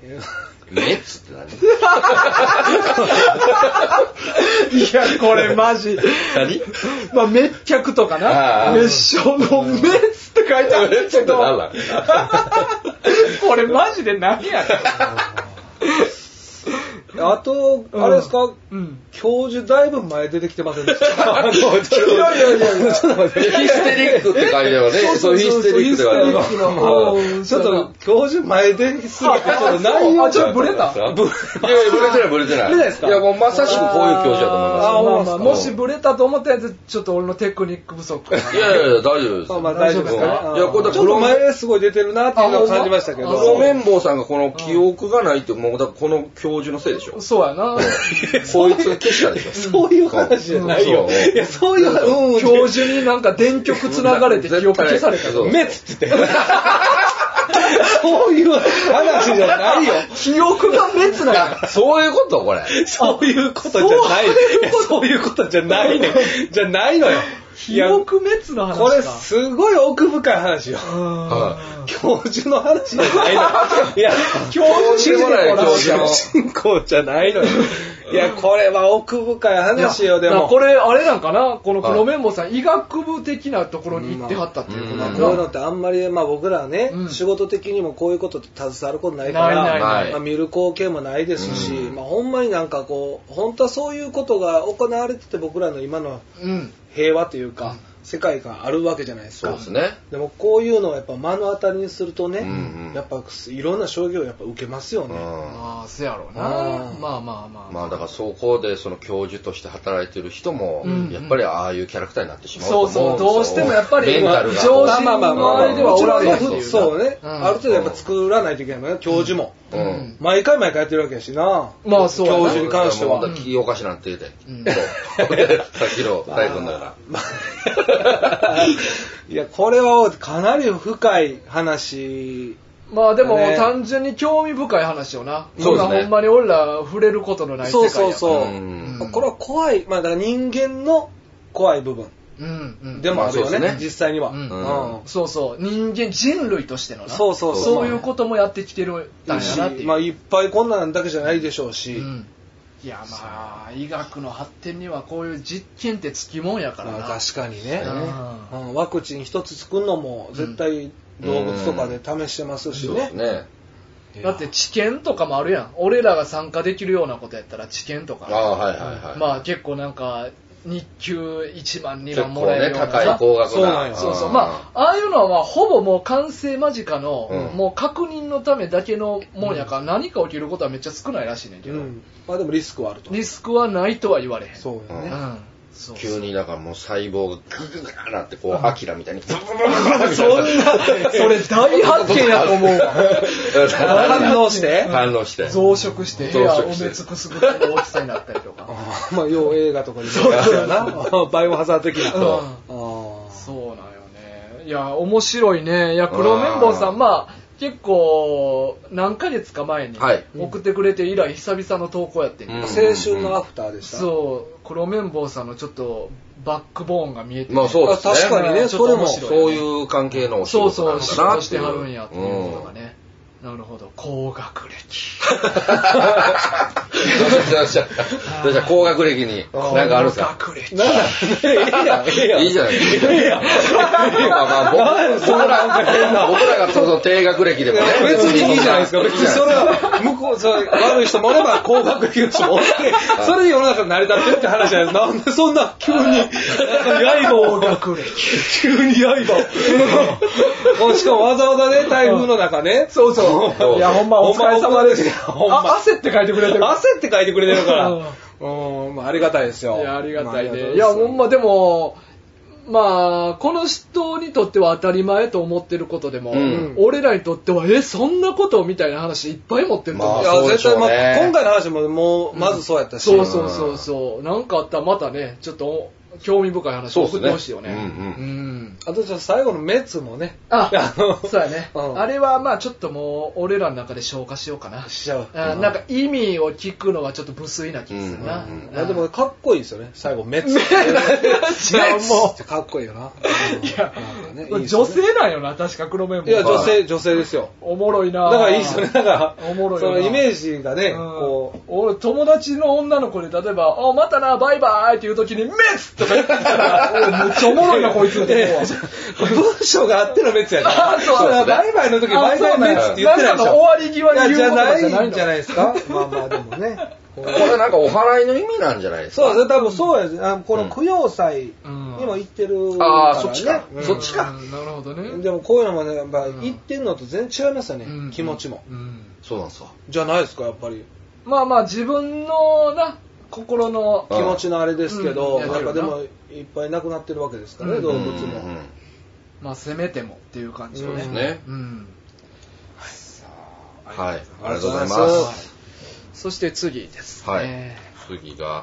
メッツって何
いやこれマ ジ
何
まあ滅却とか
あ
な
あ
滅生の滅って書いてあるけど
何
これマジで何やねん
あと、
うん
あれですか、
うん。
教授だいぶ前出てきてませんでした。 あの
いやいやいやいや
ちょっと待って
ヒステリックって感じだよね。そう、ヒステリックではあるわ
ヒステリック
の
うん
ちょっと教授前出すぎて、ちょっと内容
あちょっとブレた
いやいや、ブレてない、ブレてない。
ブレないですか
いや、もうまさしくこういう教授だと思いますよ。
あーまあ
す
ま
か
あ、もしブレたと思ったやつ、ちょっと俺のテクニック不足かな。
いやいやいや、大丈夫です。
まあまあ大丈夫ですかね
うん
あー
いやこれだ
ちょっと前すごい出てるなっていうのを感じましたけど。
黒綿棒さんがこの記憶がないって、もうだからこの教授のせいで しょ。
そうやな。
こいつ消したでしょ。
そういう話じゃないよ。
そう
いや、そういう話、うんうん、
教授になんか電極つながれて記憶消された
絶対そう
目つってて。そういう話じゃないよ。
記憶が滅なんや。
そういうことこれ。
そういうことじゃない。いやそういうことじゃないね。じゃないのよ。い
記
や、こ
憶滅の話か。
れすごい奥深い話よ。
うん
教授の話じゃないのよ。いや、教授の
教授
話
もない教授も
進行じゃないのよ。いや、これは奥深い話よ、で
だから
も。
これ、あれなんかな、この黒綿棒さん、医学部的なところに行ってはったっていうことな
うんん
だ
ま
こう
あ
いうのってあんまり、まあ、僕らはね、
うん
仕事的にもこういうことって携わることないか
ない
ら
ないない
まあ、見る光景もないですし、
うん
まあ、ほんまになんかこう本当はそういうことが行われてて僕らの今の
うん。
平和というか、世界があるわけじゃないです
そう
か
ですね。
でもこういうのをやっぱ目の当たりにするとね、
うんうん
やっぱいろんな商業をやっぱ受けますよ
う
ね、
ん。
まあ、せやろうな。
あー
まあまあまあ。
まあだからそこでその教授として働いてる人も
うん
やっぱりああいうキャラクターになってしまうと
そ
思
うそう、
んです
どうして
よ
もやっぱり、
メンタルが
上
まあ
司
まあ
の
まあま
周りでは
も
お
ち
ら
ろん
れへん
ね
っていうな。
そうね、
うん
ある程度やっぱ作らないといけないのね教授も、
うん
毎回毎回やってるわけやしな
まあそうやな
教授に関しては
また気おかしなんて言うて。
う
うんん。さっきの大君だから。
まあいや、これはかなり深い話。
まあでも、
ね
単純に興味深い話よな。
そうですね
今ほんまに俺ら触れることのない世界
そう
や
そうそ
う
う。
ん
これは怖い、まあだから人間の怖い部分
う。うん、うん。
でもあるよね、
まあそうですね
実際には。
う
うんん
そうそう、人間、人類としてのな。
そうそうそう
そういうこともやってきてるたんやなってい
し
う。
まあいっぱいこんなんだけじゃないでしょう
う
し、
んいやまあ医学の発展にはこういう実験ってつきもんやからな、
まあ確かにね、
う
うんワクチン一つ作るのも絶対動物とかで試してますし
そうです
ね。
ね。
だって治験とかもあるやん俺らが参加できるようなことやったら治験と
あ
か
あ、はいはいはい。
まあ結構なんか日給1万2
結
万もら
構
える
ね、
ような
高い高額
そうなん
な。
よ
そうそうまあああいうのはまあほぼもう完成間近の、
うん
もう確認のためだけのもんやから、何か起きることはめっちゃ少ないらしいねんけ
う
ど、
ん。まあでもリスクはあると。
リスクはないとは言われへん、
そううよね。
ん、そう
急にだからもう細胞がグググーなってこう、アキラみたいにブブブブブブ
そんな、それ大発見やと思うわ。反応して。
反応して。
増殖して部
増殖して
屋を埋め尽くすぐらいの大きさになったりとか
まあ、要映画とかでそうやな。バイオハザード的な。
そう
あー
そうなんよねいや面白いねいや黒綿棒さ
うん
んまあ結構何ヶ月か前に
はい
送ってくれて以来久々の投稿やってんけど、
うん
青春のアフターでした。
そう黒綿棒さんのちょっとバックボーンが見えて
まあそう
あ
ですね。
確かにね、
ちょっ
そ
と
れ
面
も。
白 い
そういう関係のお仕
そう
事
そ
なん
う
だなって
仕事
いう
してはるんやっていうことがね、なるほど高 学歴
うんどうしたどうしたどうした高学歴に何かあるんですか
高学歴
なんだ、ええやん、ええやん。
いいじゃないですか。
ええやん。
まあまあ僕僕ら僕らがそうそう低学歴でもね。
別にいいじゃないですか。
いい
別
じゃな
に
い
それは、向こう、それ悪い人もおれば、高学歴の人もおって、それで世の中成り立ってるって話じゃないですか。なんでそんな、急に、なんか刃を、急に刃を。しかもわざわざね、台風の中ね。そうそ
そう
いやほんまお疲れ様です
ほんま
あ汗って書いてくれてる
汗って書いてくれてるから。
う
うん、まあありがたいですよ。
いや、ありがたいね。い
ま
や、
あ
ほんま、でも、まあ、この人にとっては当たり前と思ってることでも、
うん
俺らにとっては、え、そんなことみたいな話いっぱい持ってると思う。
まあ
い
そう
や、
で
絶
しょ
対、
うね
まあ、今回の話も、もう、まずそうやったし。
そうそうそうそう。なんかあったらまたね、ちょっと興味深い話
そ
を送っ
うです
て
ね。
ほしいよね。
うんうん
ん
あと、じゃあ最後のメッツもね。
あ
の、
そうやね。
うん
あれはまあちょっともう、俺らの中で消化しようかな。
しちゃう。
あなんか意味を聞くのはちょっと無粋な気がするな。
うんうん
いやでもかっこいいですよね最後メッツメ
やもう
かっこいいよない
や
なんかねいいです よ
女
ね
性なんよな、確か黒面も。
いや女性女性ですよ
おもろいな
だからいいですよねだから
おもろい
そ
よな
のイメージがね
うん
こ
俺友達の女の子で例えば「あまたなバイバイ」っていう時に「メッツ!」とか言ってたらおいめっちゃおもろいなこいつ」って思うわ
う文章があってのメッツやから
あそうそう
だからバイバイの時
あ
バイバイメッツって言ってない
そうなんやなん
でし
かの
ょ
終わり際
いや
に
じ
言う
ゃ
ことじ
な
ゃない
い
の
んじゃないですかまあまあでもねこ
こ
う
れなんかお祓いの意味なんじゃないです
そ
か
うですね、多分そうやであのこ
うん
の供養祭
うん
にも行ってる
あ
か
あ、そっちからうん。
ね。
そっちか。
うんなるほどね。
でもこういうのもね、やっぱ
うん
行ってんのと全然違いますよ
うん
ね、気持ちも。
うん
そうなんですわ。
じゃないですか、やっぱり。
まあまあ自分のな、心の、
うん
気持ちのあれですけ
う
ど、
ん
なんかでも
う
いっぱいなくなってるわけですから
う
ね、
ん
動物
うんう
も。
ん
まあせめてもっていう感じよね。
うん
ね
うん。
はい。あ
あ
り
り
がと
がと
う
う
ござい
ござい
ま
ます
す。
そして次ですね。
はい次が、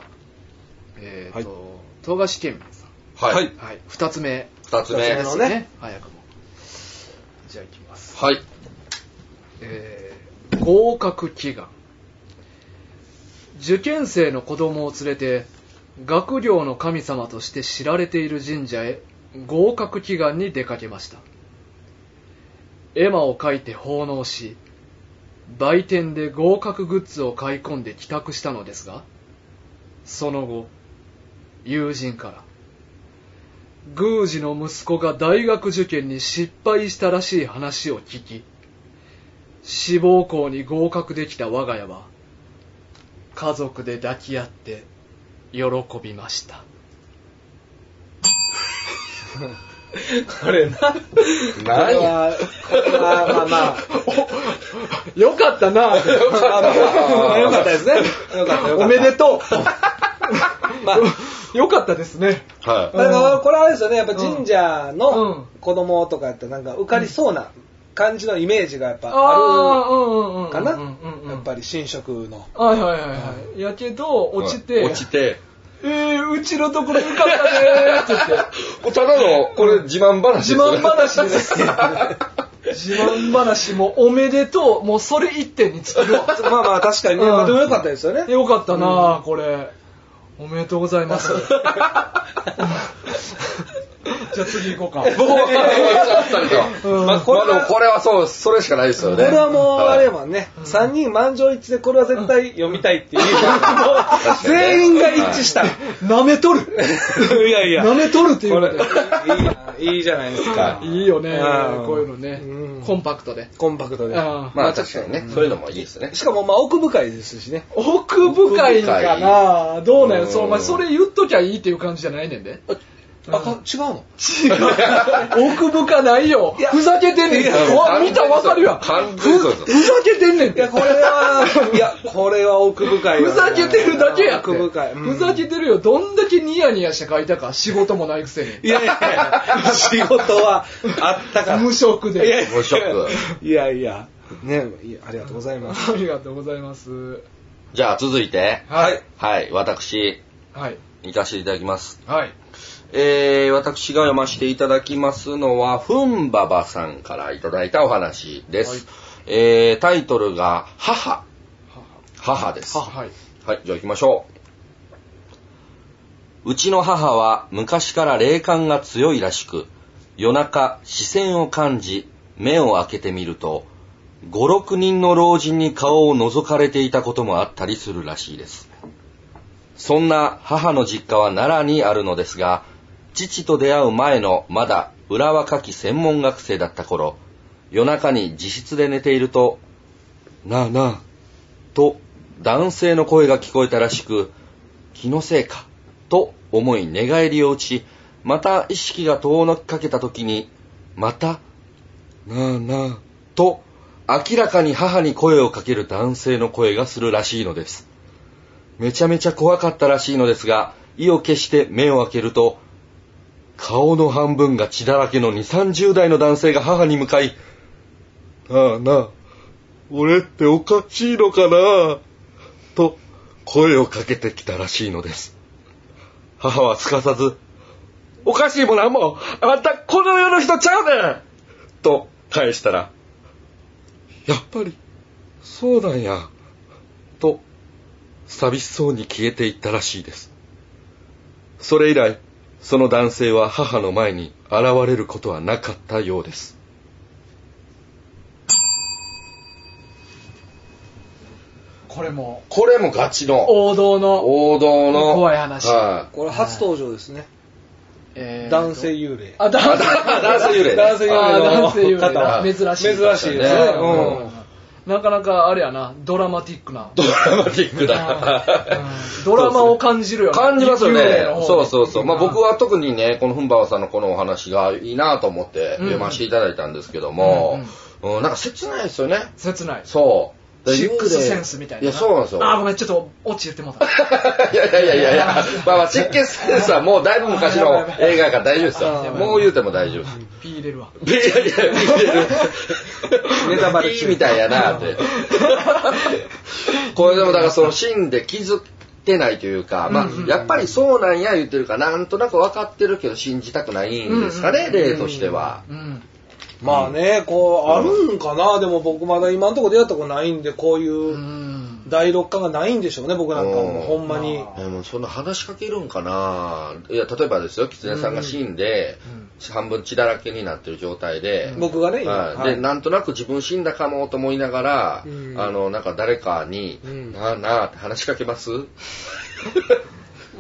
えっ、と、東菓子県民さん。
は
はいい。
はい、2つ目
二つ目。
二
で
つ
す
目
ね
のね。
早くも。じゃあいきます。
はい。
えー合格祈願受験生の子供を連れて学業の神様として知られている神社へ合格祈願に出かけました絵馬を書いて奉納し売店で合格グッズを買い込んで帰宅したのですがその後友人から宮司の息子が大学受験に失敗したらしい話を聞き志望校に合格できた我が家は家族で抱き合って喜びました
あれな。
何や
これはまあまあ。
よかったな
まあよかったですね。よかったよかった。
おめでと
まあ、
うよかったですね
はい。
だからこれあれですよね、やっぱ神社
う
の
ん
子供とかやったらなんか受かりそうな感じのイメージがやっぱ
ああ、
あ
うんうんうん。
るかな。
うんうんうん
やっぱり神職の。
はいはいはいはい。やけど、落ちて、
落ちて。
えー、うちのところ受かったねーって言って、
これただの、これ 自慢話です
自
よね
慢話ですけど、 自慢話もおめでとう、もうそれ一点に作るわ。
まあまあ確かにね、
うん
まあでもよかったですよね。
よかったな、これ。おめでとうございます。 じゃあ次行こうか。
僕もわかりました
うん
まあ、これはまあでもこれはそう、それしかないですよ
こ
ね。
れはもうあれや
は
もんね、3人満場一致でこれは絶対読みたいっていう、全員が一致した。
舐めとる
いやいや
舐めとるっていう
こ
こ
れ
とよ
いいいいじゃないですか。
いいよね
うん
こういうのね
うん
コンパクトで
コンパクトで。
あ
いまあ確かにね、そういうのもいいですね。
しかもまあ奥深いですしね。
奥深いんかなどうなん
う
や
ん
そう、お前それ言っときゃいいっていう感じじゃないねんで。
あ、か違うの
違う。奥深ないよ。ふざけてんねん。わ見たらわかるやん。ふ
完全にそうです
ふざけてんねん
いや、これは、いや、これは奥深いよ
ふ
ね。
ざけてるだけやって。
奥深い。うん
ふざけてるよ。どんだけニヤニヤして書いたか。仕事もないくせに。
いやいやいや、仕事はあったから。
無職
いや
で。
い
無職
や。いやいや、ね、いやありがとうございます。
ありがとうございます。
じゃあ続いて、
はい。
はい、私、
はい。
行かせていただきます。
はい。
えー、私が読ませていただきますのは、ふんばばさんからいただいたお話です。えー、タイトルが、母。母です。
はい。
はい、じゃあ行きましょう。うちの母は昔から霊感が強いらしく、夜中視線を感じ、目を開けてみると、5、6人の老人に顔を覗かれていたこともあったりするらしいです。そんな母の実家は奈良にあるのですが、父と出会う前のまだ浦和書き専門学生だった頃、夜中に自室で寝ていると、なあなあ、と男性の声が聞こえたらしく気のせいかと思い寝返りを打ちまた意識が遠のきかけた時にまた「なあなあ」と明らかに母に声をかける男性の声がするらしいのですめちゃめちゃ怖かったらしいのですが意を決して目を開けると顔の半分が血だらけの2 3 0代の男性が母に向かい「なあなあ俺っておかしいのかなと声をかけてきたらしいのです。母はすかさず、おかしいもなんも、あんたこの世の人ちゃうねんと返したら、やっぱり、そうなんや、と、寂しそうに消えていったらしいです。それ以来、その男性は母の前に現れることはなかったようです。
これも、
これもガチの
王道の。
王道の
怖い話
は
これ初登場ですね。
えー
男性幽霊。
あ、男性。
い男性幽霊ね
男性幽霊
あー
の
男性幽霊
方は
珍しい
珍しいですね。
ね
うん
なかなかあれやな、ドラマティックな。
ドラマティック
う
だ。
んドラマを感じるよね。
感じますよ
一級例
ね
の方。
そうそうそう。まあ
ん
僕は特にね、このフンバワさんのこのお話がいいなと思って
うん
読ませていただいたんですけども、うんなんか切ないですよね。
切ない。
そう。
シックス
幽霊
センスみたいな。
いや、そうなんですよ。
あー、ごめん、ちょっと、オチ言ってもうた。
いやいやいやいやい や、まあまあ、失血センスはもうだいぶ昔の映画やから大丈夫ですよ。もう言うても大丈夫です。
ピー入れるわ。
いやいや、見てる。
ネタバレ注意
いいみたいやなって。これでもだからそのシーンで気づけないというか、まあ、やっぱりそうなんや言ってるから、なんとなく分かってるけど信じたくないんですかね、例としては。
うん。。
まあね、こう、あるんかな、でも僕まだ今のところ出会ったことないんで、こういうううん第六感がないんでしょうね、僕なんか
うん
も、ほんまに。
ま
でもそんな話しかけるんかないや、例えばですよ、狐さんがシーンで、半分血だらけになってる状態で、
僕がね、今
はい、
は
で
い
なんとなく自分死んだかもと思いながら、
うん
あのなんか誰かに「
うん
なあなあ」って話しかけます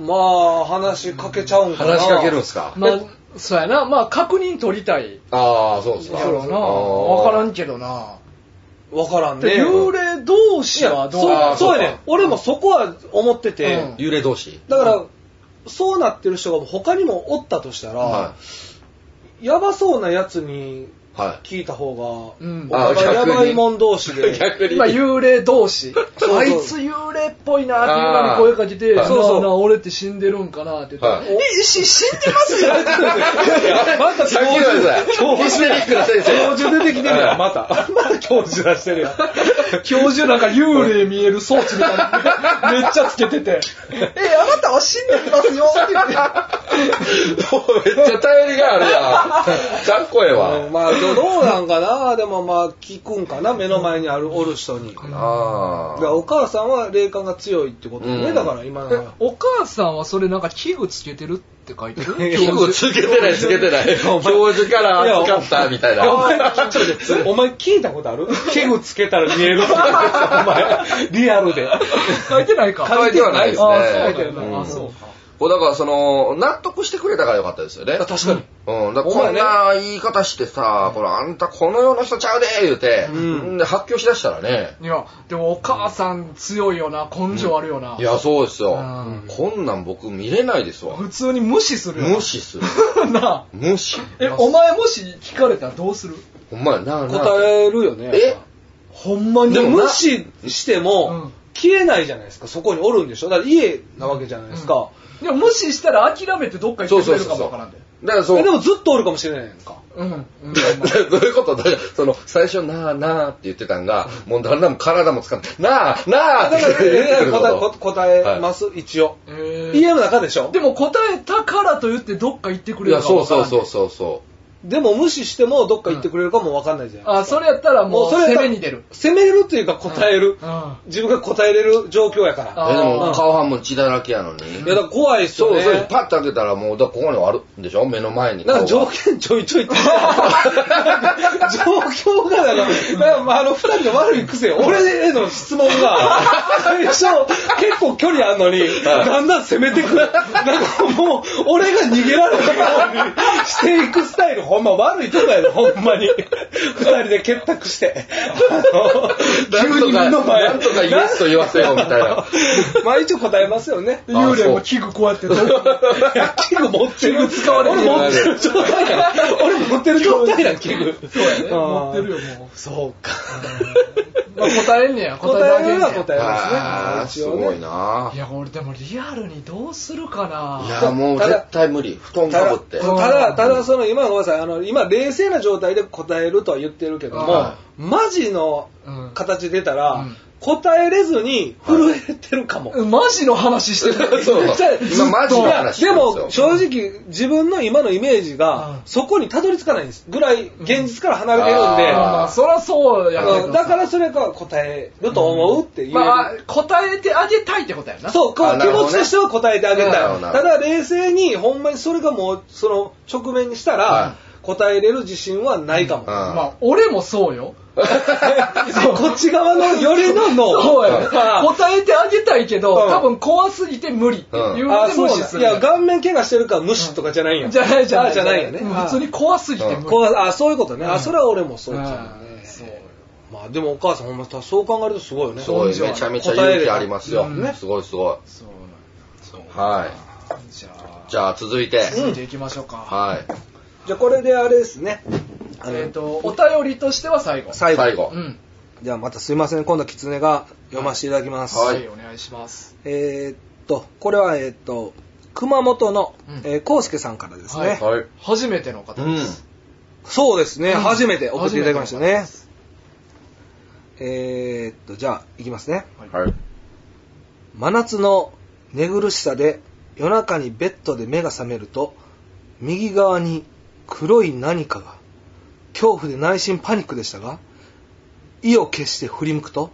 まあ、話しかけちゃうんかな。
話しかけるんすか
まあ、そうやな。まあ、確認取りたい。
ああそうですか
やろうな。
あー
わからんけどな。
わからんね。
で、幽霊同士はどう
い
そ
や
うそ
そ
うや
う
ね
か。
俺もそこは思ってて、
うん
幽霊同士
だから、そうなってる人が他にもおったとしたら、
は
やばそうなやつに
いは
聞いた方が、
うん
お互い
あ
や
逆に
ばいもん同士で
い。 逆に
今幽霊同士。
そう
あいつ幽霊っぽいなっていうのに声かけて、
あー
そう
そ
そうう
そ
な
う
あ、俺って死んでるんかなって言ったら、
はい
え、し死んで ますよ
また
さっきのやつだヒステリックな先
教
生
授出てきて るやん、また。また教授出してるやん。
教授なんか幽霊見える装置みたいなのめっちゃつけてて、え、あなたは死んでますよって言って。
めっちゃ頼りがあるやんかっこええわ
まあ、どうなんかな、でもまあ、聞くんかな、目の前にある、おる人に。だか
あ
ら
あ
お母さんは霊感が強いってことね、
うん
だから今のは。
お母さんはそれなんか器具つけてるって書いてる
結構つけてないつけてない教授から預かったみたいな
ちょっと待ってお前聞いたことある器具つけたら見えるってお前、リアルで。
書いてないか。
書いてはないですね
あーそうだよな
うん
あそうか
こうだからその納得してくれたからよかったですよね
確かに。
うん、だからこんな言い方してさ、これあんたこの世の人ちゃうで言うて、
うん
で発狂しだしたらね、
いや、でもお母さん強いよな、根性あるよな。
いや、そうですよ。
うん
こんなん僕見れないですわ。
普通に無視するよな。
無視する。
なあ
無視。
え、お前もし聞かれたらどうする
ほんまやな、な
答えるよね。
え
ほんまに
でも
な
無視して
うん
も、消えないじゃないですか、そこにおるんでしょ。だから家なわけじゃないですか。
でも無視したら諦めてどっか行ってくれるかもわからんで。
だからそ
えで
う。
もずっとおるかもしれないやんか。
うん。うん
どういうことだからその、最初、なあなあって言ってたんが、もうだんだん体も使って、なあなあ
だ
って
か
言っ
ら、
てくるこ
答え
と。
答えます、一応。
えー
家の中でしょ
でも答えたからと言ってどっか行ってく
い
れ
や、
るかも
そう
わからん
そう
で
そうそうそ
でも無視してもどっか行ってくれるかもわかんないじゃん。
あ、それやったらもう
それ
攻めに出る。
攻めるというか答える
うんうん。
自分が答えれる状況やから。
う。え、でも
あー
顔半分血だらけやのに。
いや、だから怖いっす
そ
よ
う
ね。
そう、パッと開けたらもう、だからここにあるんでしょ目の前に。
なんか
顔
条
が
件ちょいちょいって。 状況がだから、だからまあ、あの、二人の悪い癖、俺への質問が、最初、結構距離あんのに、だんだん攻めてくる。なんかもう、俺が逃げられるようにしていくスタイル、ほんま悪いとこやで、ほんまに。二人で結託して。あ
なん
の
とか、なんとかイエスと言わせようみたいな。
まあ一応答えますよね。
で幽霊も器具こうやってどっか
器具持ってる。
使われる
俺持ってる状態やん。俺持ってる状態やん、器具。そうや
ね持ってるよも
う。そうか。
う。 まあ答えんねや、
答
答えら
え
れ
る
ん
の
ね
は
や。。
答え
あ
ま
あ、
す
す
ね。
ごい
ね。
ない
や、俺でもリアルにどうするか
い
な。
や、もう絶対無理。布団
た
か
だ、
ぶって。
ただ、ただその、今ごめんなさい、あの、今、冷静な状態で答えるとは言ってるけども
は、
マジの
うん
形出たら
うん、
答えれずに震えてるかも。
マジの話してる。
そう
じゃあ
今マジの話
いやでも
ですよ
正直自分の今のイメージ
うん
がそこにたどり着かないんですぐらい現実から離れてるんで、
うん
まあ、そらそうやけ
うん
ど。
だからそれが答えると思うっていう、
まあ、答えてあげたいってことやな。
そうこ
あ
う
な
気
るほど
持
ね
ちとしては答えてあげたい
なるほどなるほ
た
ど
だ冷静にほんまにそれがもうその直面にした
は
ら答えれる自信はないかも、
まあ、俺もそうよ。
こっち側のよりの 脳
そうやね。
あー
答えてあげたいけど、
うん
多分怖すぎて無理って言う
あー
て
そ
無
う
視
な
す
ん
る
いや顔面怪我してるから無視とかじゃないんや、
じゃないじゃな
あー
い。
じゃないよね
うん普通に怖すぎて無理。
こうあそういうことね、
う
あ
ん
それは俺もそうかも
うん
ね
そうよ
まあでもお母さんほんまたそう考えるとすごいよね
すごい、
根性
めちゃめちゃ勇気ありますよ。
答えれたうんね
すごいすごい。
そうなん
はい。
だじゃあ
じゃあ続いて、
続いていきましょうか、
はい。
じゃあこれであれですねあの
えっ、とお便りとしては最後
最後
最後
う。ん
じゃあまたすいません今度狐が読ませていただきます、
はい
お願いします
えーっとこれはえーっと熊本の
うん
えー康介さんからですね、
は
はい。
初めての方
う
で
ん。
す、
そうですね、
うん
初めて送っていただきましたね
初
えーっとじゃあいきますね
めての方です
はい。
真夏の寝苦しさで夜中にベッドで目が覚めると右側に黒い何かが恐怖で内心パニックでしたが意を決して振り向くと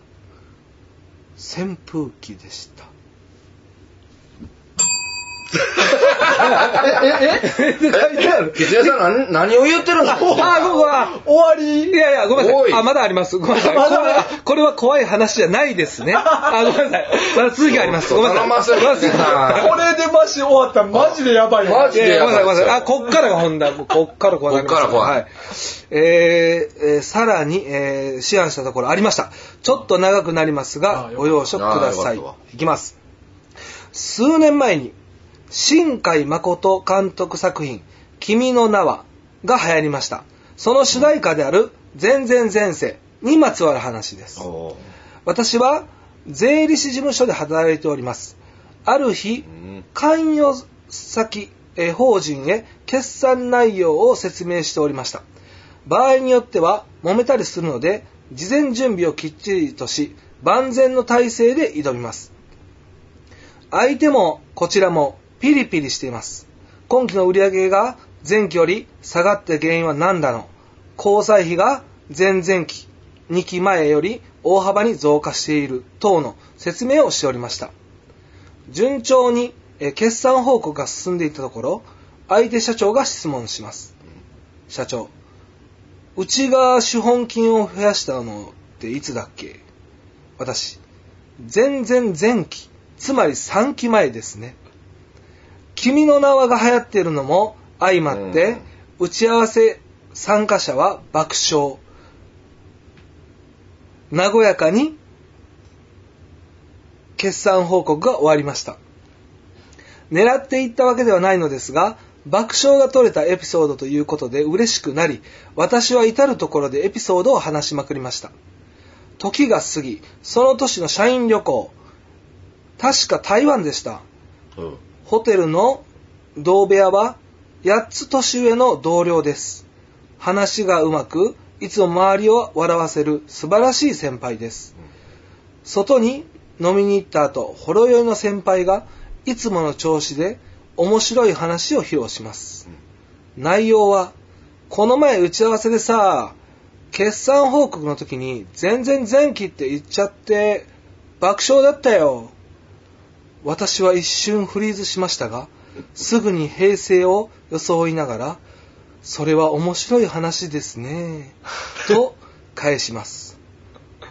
扇風機でした
吉江さん何、何を言ってる の
あ、僕は終わりいやいや、ごめんな
お
さい。
い
あ、まだあり ます。ごめんなさい。これは、これは怖い話じゃないですね。あ、ごめんなさい。まだ続きがあります。ごめんなさい。
頼ませる
ごめんなさい。
これでマシ終わったらマジでやばいよ。
マジ
いやいやごめんなさい、ご
マ
めん
ジで
な
やば
さ
い
い。あ、こっからが本題。こっから怖い。
こっから怖い
はい。えーえーさらに、えー、試案したところありました。ちょっと長くなります
あ
が
ー、
ご容赦くだ
あー
さい。
よかっ
いきます。数年前に、新海誠監督作品、君の名は、が流行りました。その主題歌である、全然前世にまつわる話です。
おー
私は、税理士事務所で働いております。ある日、
うん
関与先えー法人へ決算内容を説明しておりました場合によっては揉めたりするので事前準備をきっちりとし万全の体制で挑みます相手もこちらもピリピリしています今期の売上が前期より下がった原因は何だろう交際費が前々期2期前より大幅に増加している等の説明をしておりました順調にえー決算報告が進んでいたところ相手社長が質問します社長うちが資本金を増やしたのっていつだっけ私全然前期つまり3期前ですね君の名はが流行っているのも相まって、打ち合わせ参加者は爆笑和やかに決算報告が終わりました狙っていったわけではないのですが爆笑が取れたエピソードということで嬉しくなり私は至るところでエピソードを話しまくりました時が過ぎその年の社員旅行確か台湾でした
うん
ホテルの同部屋は8つ年上の同僚です。話がうまく、いつも周りを笑わせる素晴らしい先輩です。外に飲みに行った後、ほろ酔いの先輩がいつもの調子で面白い話を披露します。内容は、この前打ち合わせでさ、決算報告の時に全然前期って言っちゃって爆笑だったよ。私は一瞬フリーズしましたが、すぐに平静を装いながら、それは面白い話ですね、と返します。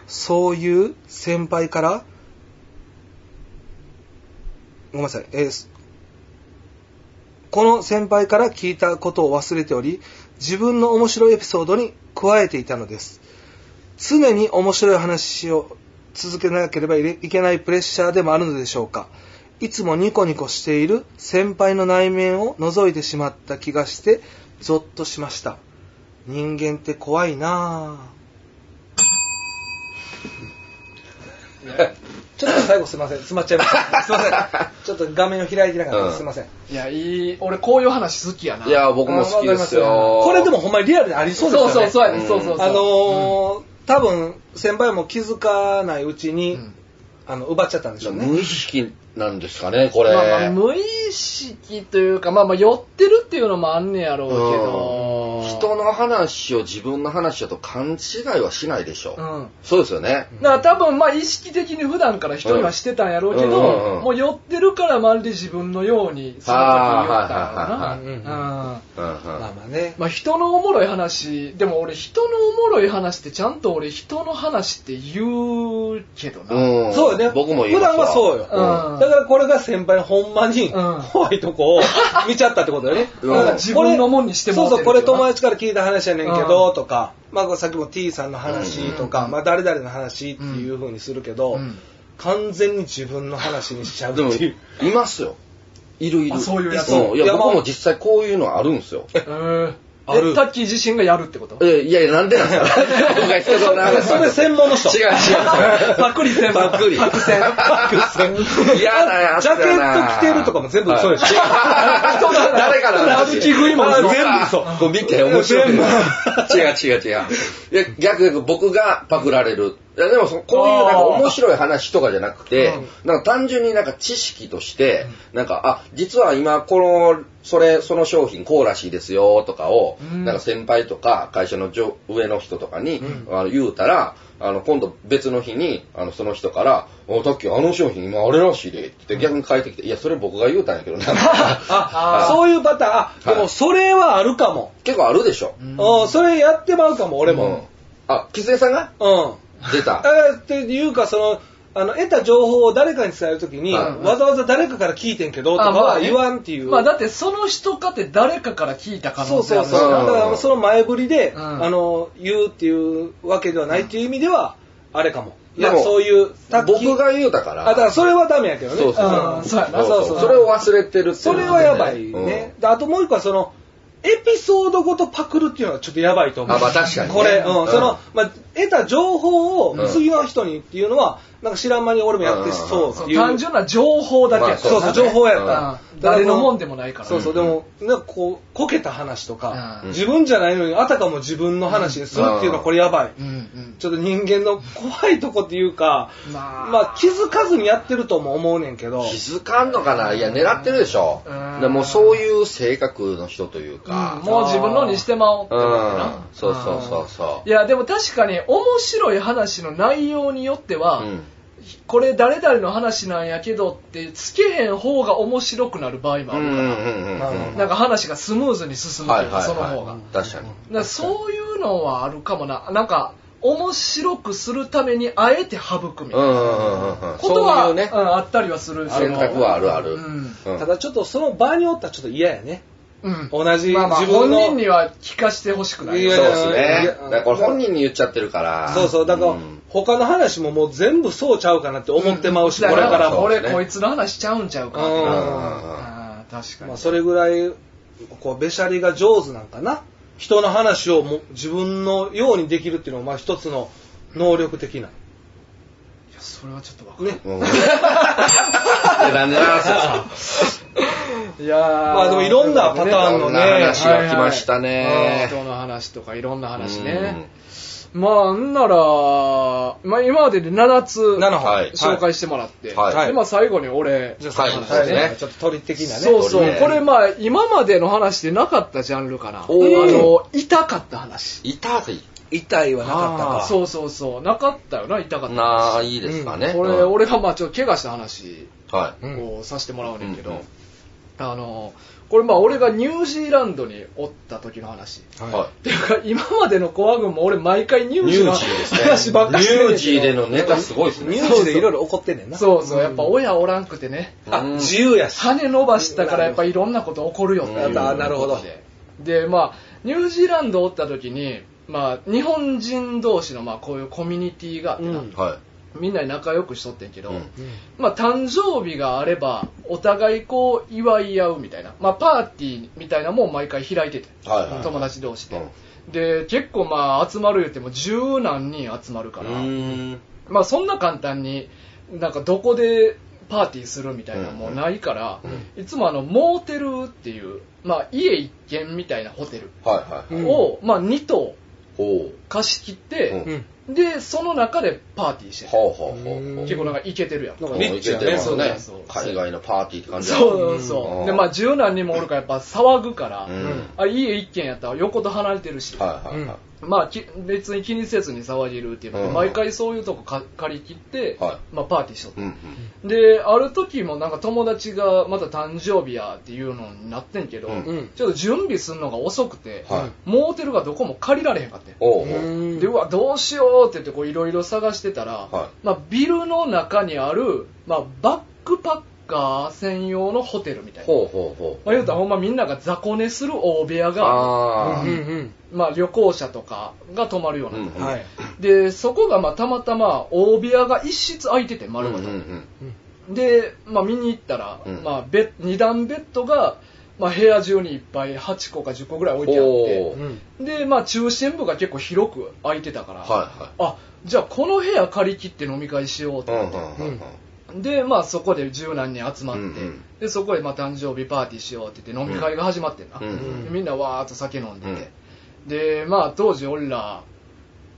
そういう先輩から、ごめんなさい、えーすこの先輩から聞いたことを忘れており、自分の面白いエピソードに加えていたのです。常に面白い話を続けなければいけないプレッシャーでもあるのでしょうかいつもニコニコしている先輩の内面を覗いてしまった気がしてゾッとしました人間って怖いなぁちょっと最後すいません詰まっちゃいましたすいませんちょっと画面を開いてなかったです、
うん
すいません
いやいい俺こういう話好きやない
や、僕も好きですよ。
これでもほんまにリアルでありそうですよ
そう
ね
そうそうやね
うん
そうそうそう
あのー多分先輩も気づかないうちに、
うん
あの奪っちゃったんでしょうね
無意識なんですかね、これ。
まあまあ無意識というかまあまあ寄ってるっていうのもあんねやろうけど、
人の話を自分の話だと勘違いはしないでしょ。
うん
そうですよね。
だから多分まあ意識的に普段から人にはしてたんやろうけど、
うんうんうん
もう寄ってるからまるで自分のようにその時に寄ったんやろ
あーは
な
いはいはいは
いうん
うん
うんうん
うん
まあまあね、
まあ人のおもろい話でも俺人のおもろい話ってちゃんと俺人の話って言うけどな、
うん
そうよね
僕も言いますわ
普段はそうよ
うん
だからこれが先輩のほんまに
うん
怖いとこを見ちゃったってことだよね、
うん
だから
自分のもんにしても
そうう
てる
そうこれ友達ちから聞いた話やねんけど、とか、まあ、さっきも T さんの話とか、まあ、誰々の話っていう風にするけど、
うん
完全に自分の話にしちゃうって
でも、
いう
い。ますよ。いるいる。
あそういうやつ
んいや、
山
僕も実際こういうのあるんですよ。
うん。
ある
えタッキー自身がやるってこと
えいやいや、なんでなんですか僕が人となんか
それ専門の人。
違う違う。
パクリ専門
パクリ
パク専
嫌なやつ
ジャ
だな
ケット着てるとかも全部嘘でしょ。
誰かの
歩き食いも
あ
嘘
全部嘘。こう見て面白い。違う違う違う。いや、逆逆僕がパクられる。いやでもそこういうなんか面白い話とかじゃなくて、なんか単純になんか知識として、なんか、あ、実は今この、それ、その商品こうらしいですよとかを、
ん
なんか先輩とか会社の上上の人とかに、あの言うたら、あの、今度別の日に、あの、その人から、お、たっきあの商品今あれらしいで、って言って逆に返ってきて、いや、それ僕が言うたんやけどな。
あ
あ
そういうパターンあ、で
は
も
い
それはあるかも。
結構あるでしょ。
うん、それやってまうかも、俺
うん
も。
あ、キツネさんが
うん。
出 た。
えーっていうか、その、あの、得た情報を誰かに伝えるとき
う
に、
ん
わざわざ誰かから聞いてんけど、とか
あまあ
は
ね
言わんっていう。
まあだってその人かって誰かから聞いた可
そ
能
う
性
そ
あ
う
るし
そう。
うん
だから、その前振りで、
うん
あの、言うっていうわけではないっていう意味では、あれかも。いや
で、も
そういう、タッキー
僕が言うたか
あ、
ら。
だからそれはダメやけどね。
そうそうそう
うんそうやな
そう
そ
そうう。
それを忘れてるっていうのがね
それはやばいね。。であともう一個はその、エピソードごとパクるっていうのはちょっとやばいと
うん
思う。
あ、まあ確かにね。
これ、うん、
うん
その、まあ、得た情報
う
を
ん
次の人にっていうのは、なんか知らん間に俺もやってそうって
そ
いうう。
単純な情報だけ
ま
や
あ
そうそう、
そう
情報や
う
った
ん
ら。
うん誰のもんでもないから
そうそう、で
うん
も、なんかこう、こけた話とか、
うん
自分じゃないのに、あたかも自分の話にするっていうのは、これやばい。
うんうん
ちょっと人間の怖いとこっていうか、
まあ
まあ、気づかずにやってるとも思うねんけど、
気づかんのかないや、狙ってるでしょ
うん。
でもうそういう性格の人というか。
もう自分のにしてまおうって
う
思うんよな。
そうそうそうそ
いやでも確かに面白い話の内容によって
う。
は、
うん
これ誰々の話なんやけどってつけへん方が面白くなる場合も
う
あ
んう
る
ん
から、
うん
まあ
うん。
なんか話がスムーズに進むというか、その方が。
確かに。
だからそういうのはあるかもな。なんか、面白くするためにあえて省くみた
う
い
ん
な
うんうんうん。
こと
そう
は、
いうね
う、んあったりはする。
選択はあるあ
う
る。うんん
ただちょっとその場におったらちょっと嫌やね。
そのうん
同じ
まあまあ
自分の
本人には聞かせてほしくない
い
よ。
や
そうですね。
いや
だからこれ本人に言っちゃってるから。
そうそう、だから
ん、
他の話ももう全部そうちゃうかなって思ってまうし、
だ
これからも。
そう
俺
ですね
こいつの話しちゃうんちゃうか
うん
あー確かに、
まあ、それぐらい、こう、べしゃりが上手なんかな。人の話をもう自分のようにできるっていうのは、まあ、一つの能力
い
的な。
やそれはちょっとわかんない、
ね。
うんなんでなんすか
いやま
まあ、でもいろんなパターンの
そん
ね。
な話
はい
が来ましたね。
人の話とかいろんな話ね、まあんなら、まあ、今までで7つ
七本
はい
紹介してもらって、
はい
はい
でまあ最後に俺
じゃあ、
はい
そう
そうですね
ね。ちょっと鳥的なね。
そうそう、
ね
これまあ今までの話でなかったジャンルかなあ
おー
の痛かった話
痛い。
痛いはなかった
あ
か
ー。そうそうそうなかったよな痛かった話
ないですかね。
これ、
うん
俺がまあちょっと怪我した話
は
うん
をさせてもらうねんけど、
うんうん
あのこれまあ俺がニュージーランドにおった時の話っ
い。
はい
は
ていうか今までのコア軍も俺毎回ニュージーの
ニュージーですね
話ばっ
い。
かり
ニ
してる
ュージーでのネタすごいです
ニ
ね。
ュースでいろいろ怒ってんねんな。
そうそうやっぱ親おらんくてね
あ、
うん
自由やし。
羽伸ばしたからやっぱいろんなこと起こるよっていう
あなるほど
でまあニュージーランドおった時にまあ日本人同士のまあこういうコミュニティがあってな、
うん
は
みんなに仲良くしとってんけど、
うん
まあ、誕生日があればお互いこう祝い合うみたいな、まあ、パーティーみたいなのもん毎回開いてて、
い。はいはい。
友達同士で、
うん
で結構まあ集まる言っても十何人集まるから、
うん。
まあ、そんな簡単になんかどこでパーティーするみたいなのもないから、いつもあのモーテルっていう、まあ、家一軒みたいなホテル
はいはいはい。
を、まあ、2棟
ほう。
貸し切って、
うん。
でその中でパーティーしてて
ほうほうほうほう。
結構なんかイケてるやん
なんか
うん
リッチや
いけてま
ね。
す
そうそうそう
海外のパーティーって感じだ
そうそうう。
ん
で、まあ、十何人もおるから、やっぱ騒ぐから、
うん。はい
あ家一軒やったら横と離れてるし、
はいは
まあ、き別に気にせずに騒げるっていうので、
うん
毎回そういうとこか借り切って、
は
まあ、パーティーしとっ
い。
て、
うんうん。
で、ある時もなんか友達がまた誕生日やっていうのになってんけど、
うん
うん。
ちょっと準備するのが遅くて、
はい
モーテルがどこも借りられへんかって。
おうおう。
でうわどうしようって言ってこういろいろ探してたら、
は
まあ、ビルの中にある、まあ、バックパッカー専用のホテルみたいな。
ほうほうほう。
まあ、言うたらほんまみんなが雑魚寝する大部屋が、
ああ、
うんうん
まあ旅行者とかが泊まるようなとこ
うん
はい
で、そこがまあたまたま大部屋が一室空いてて、丸々。
うんうん
で、まあ、見に行ったら、
うん
まあ、ベッ2段ベッドが、まあ、部屋中にいっぱい8個か10個ぐらい置いてあ
お
っ
ー
うん
てで、まあ、中心部が結構広く空いてたから、
は
あじゃあこの部屋借り切って飲み会しよう
い
と
はい。
思
う
っ
ん
て、
うんうんうん。
で、まあ、そこで十何人集まって、
うんうん
でそこでまあ誕生日パーティーしようって言って飲み会が始まってんな、
うんうん
でみんなわーっと酒飲んでて、でまあ当時俺ら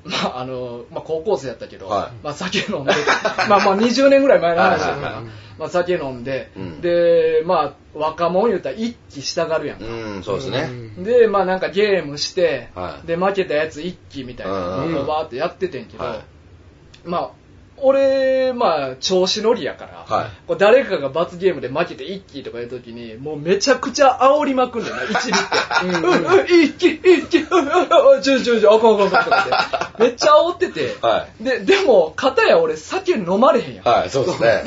まああのまあ、高校生やったけど、
はい
まあ、酒飲んで まあまあ20年ぐらい前の話やから
はいはいはい
まあ、酒飲んで、
うん
でまあ若者言うたら一気したがるやんか、
うん、そうですね。
でまあなんかゲームして、
はい
で負けたやつ一気みたいな
うん
のをバーってやっててんけど、
はい
まあ俺まあ調子乗りやから、
はい
こう誰かが罰ゲームで負けて一気とかいう時にもうめちゃくちゃ煽りまくんだよな一気ってうんうん一気一気うんうんうんちょいちょいちょいあかんあかんあかんとかってめっちゃ煽ってて、
は
ででも片や俺酒飲まれへんやん、
はい、そうですね。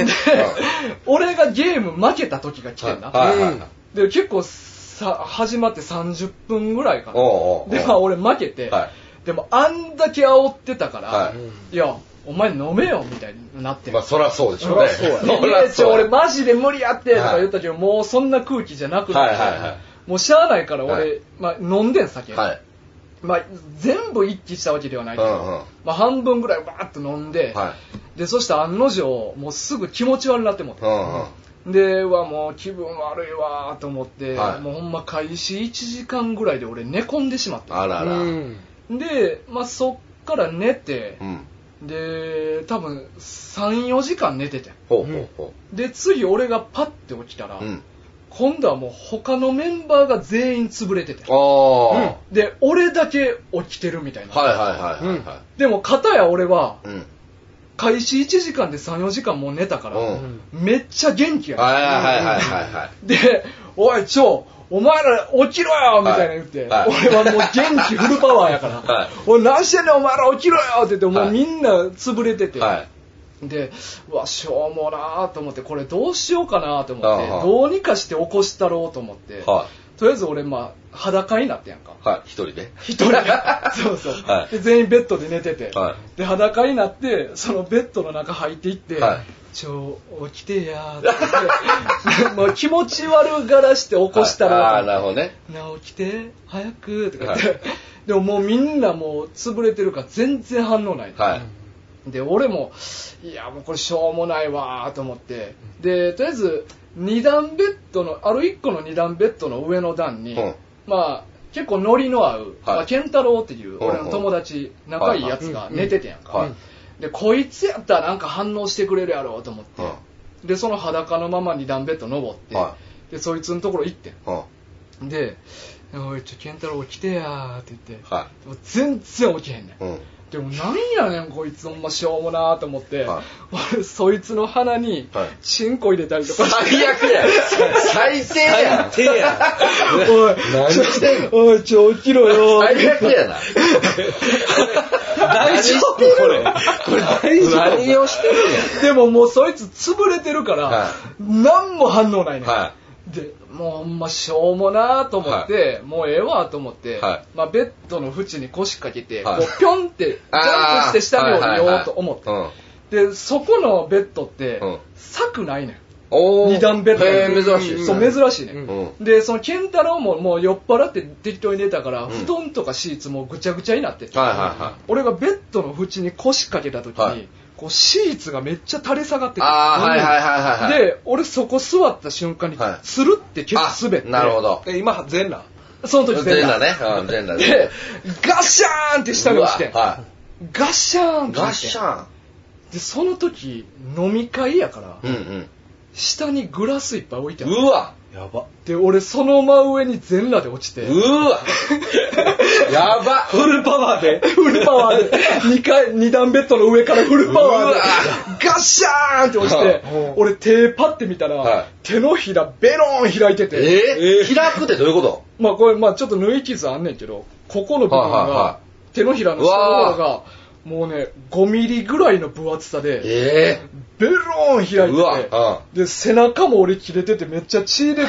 俺がゲーム負けた時が来
う
てん
んはい
な、
はいはいはい。
で結構さ始まって30分ぐらいかな
おうおうおう
でまあ俺負けて、
は
でもあんだけ煽ってたから、、
はい
やお前飲めよみたいになって
い。まあ、そらそうでしょうね。そ
いやちょ俺マジで無理やってとか言ったけど、もうそんな空気じゃなくて、
はいはいは
もうしゃあないから俺、
はい
まあ、飲んでん酒、
はい。
まあ、全部一気したわけではないけど、
うんうん
まあ、半分ぐらいバーッと飲んで、
は
でそしたら案の定もうすぐ気持ち悪になってもって
い。うんうん。
でうわもう気分悪いわーと思って、
はい
もうほんま開始1時間ぐらいで俺寝込んでしまった
あらら。うん。
で、まあ、そっから寝て、で多分34時間寝てて
ほうほうほ
で次俺がパッて起きたら、
う。うん。
今度はもう他のメンバーが全員潰れてて
ああ。はい
で俺だけ起きてるみたいな、
はいはいはいは。
でも片や俺はい
うん。
開始1時間で34時間もう寝たから、
うん。
めっちゃ元気やね
はいはいはいはいはい。
で、おい、ちょ、お前ら起きろよみたいな言って、
はいはい
俺はもう元気フルパワーやから、
はい
おい、何してんねん、お前ら起きろよって言って、も
は
う
い
みんな潰れてて、
はい。
で、うわ、しょうもなーと思って、これどうしようかなーと思って、
ああ
どうにかして起こしたろうと思って、
は
とりあえず俺、まあ、裸になってやんか。
い。はい。一人で。
一人で そうそう、
はい
で全員ベッドで寝てて、
は
で裸になってそのベッドの中入っていって、
はい
ちょ起きてやーって言って もう気持ち悪がらして起こした
あ
ら、
あー、なるほどね。
なあ起きて早くとか言って、
はい
でももうみんなもう潰れてるから全然反応ない、
はい。
で俺もいやもうこれしょうもないわーと思ってでとりあえず2段ベッドのある1個の2段ベッドの上の段に、
うん
まあ結構ノリの合う、まあ、ケンタロウっていう
うんうん
俺の友達、仲いいやつが寝ててんやんか、
はい
でこいつやったらなんか反応してくれるやろうと思って、
うん。
でその裸のまま2段ベッド登って、
は
でそいつのところ行ってん
うん。
で「おいちょ健太郎起きてや」って言って、
は
でも全然起きへんねん
い。うん。
でもなんやねんこいつほんましょうもなーと思って、
はい
俺そいつの鼻に
はい
チンコ入れたりとか して、
最悪や。最低や。
手や。
おい
何してんの
おいちょ起きろよー
最悪やな。
大丈夫これ。これ大丈夫
何をしてるんや。
でももうそいつ潰れてるから、
は
何も反応ないねん、
は
でもうほんましょうもなーと思って、もうええわと思って、
はい
まあ、ベッドの縁に腰掛けて、
はい
こうピョンってジ
い。
ャンプして下に降りようと思って、
あーはいはいはいうん
でそこのベッドって、
うん
柵ないねん
おー
二段ベッド
へー珍しい。
そう珍しいね、
うん
うん。
でその健太郎ももう酔っ払って適当に寝たから、
ん
布団とかシーツもぐちゃぐちゃになってて、
はいはいはい。
俺がベッドの縁に腰掛けた時に、
はい
こうシーツがめっちゃ垂れ下がってくる
ああ、はいはいはいはいはい。
で俺そこ座った瞬間に
はい
つるってケツ滑って、
あなるほど。
え、今、全裸
その時全
全
裸
裸ね。うん、全裸
で。ガッシャーンって下
う
に
わ
落ちてん
は
ガッシャーンっ
い。
て落
ガッ
ち
シ
てん
ャン。
でその時飲み会やから、
うん
下にグラスいっぱい置いてあ
う
っ
ん。うわ
やば。
て俺その真上に全裸で落ちて
うわやば
フルパワーで。
フルパワーで2回二段ベッドの上からフルパワ
う
ー
わ
でガッシャーンって落ちて
はい
俺手パッて見たら、
はい
手のひらベロン開いてて、
え
え
ー開くってどういうこ
まあこれまあちょっと縫い傷あんねんけどここの部分
はいはいは
が手のひらの下の方がもうね、5ミリぐらいの分厚さで、
え
ベローン開い
え
てて
うわ、
で、背中も俺切れててめっちゃ血出てて、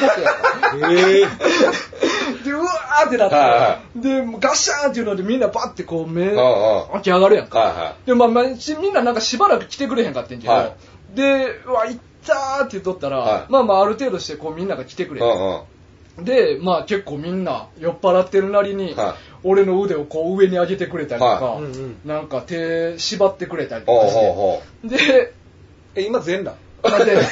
うん。ええ
で、うわーってなって、
はいは
で、もうガシャーンっていうのでみんなバッてこう目、
うんうん。
開き上がるやんか。
は
で、まあ、まあしみんななんかしばらく来てくれへんかってんけど、
は
で、うわ、行ったーって言っとったら、
はい
まあまあある程度してこうみんなが来てく
い
れ
はい。う
て、
んうん。
で、まあ結構みんな酔っ払ってるなりに、
はい
俺の腕をこう上に上げてくれたりとか、
は
うんうん
なんか手縛ってくれたりと
ほ
か
う
して、
ほうほ
で、
え、今全裸
まあ で、で、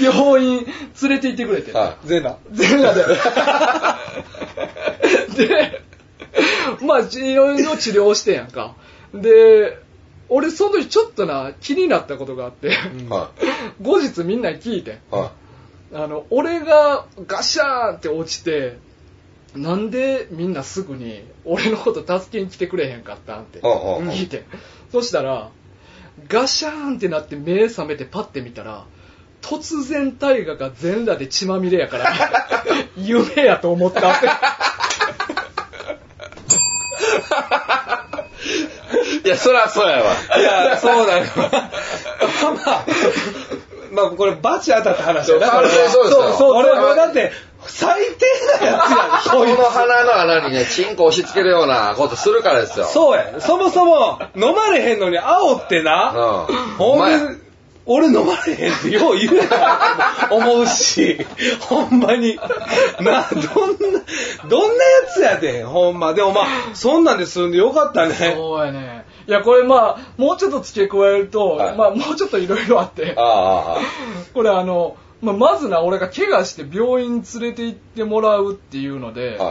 病院連れて行ってくれて、
う。は
全裸
全裸だよ。で、まあ、いろいろ治療をしてんやんか。で、俺その時ちょっとな、気になったことがあって、
い。は
後日みんなに聞いてん、
い。は
あの、俺がガシャーンって落ちて、なんでみんなすぐに俺のこと助けに来てくれへんかったんって
ああああ
聞いてん。そしたら、ガシャーンってなって目覚めてパッて見たら、突然大河が全裸で血まみれや から、夢やと思ったって。
い。いや、そらそうやわ。
いや、そうなの。まあ、まあ、これ、バチ当たった話やな。
そう
これは
そうそうですよ
俺はだって、最低なやつやん
こ
こい
の
つ
鼻の穴にね、チンコ押し付けるようなことするからですよ。う。
そうや。そもそも、飲まれへんのに煽ってな。
うん。
ほん
ま
ま
や
俺飲まれへんってよう言うなと思うし、ほんまに。な、どんな、どんなやつやで、ほんま。でもまあ、そんなんで済んでよかったね。
そうやね。いや、これまあ、もうちょっと付け加えると、
はい
まあ、もうちょっといろいろあって
あ、あ、ああ。
これあの、まあ、まずな、俺が怪我して病院連れて行ってもらうっていうので、
は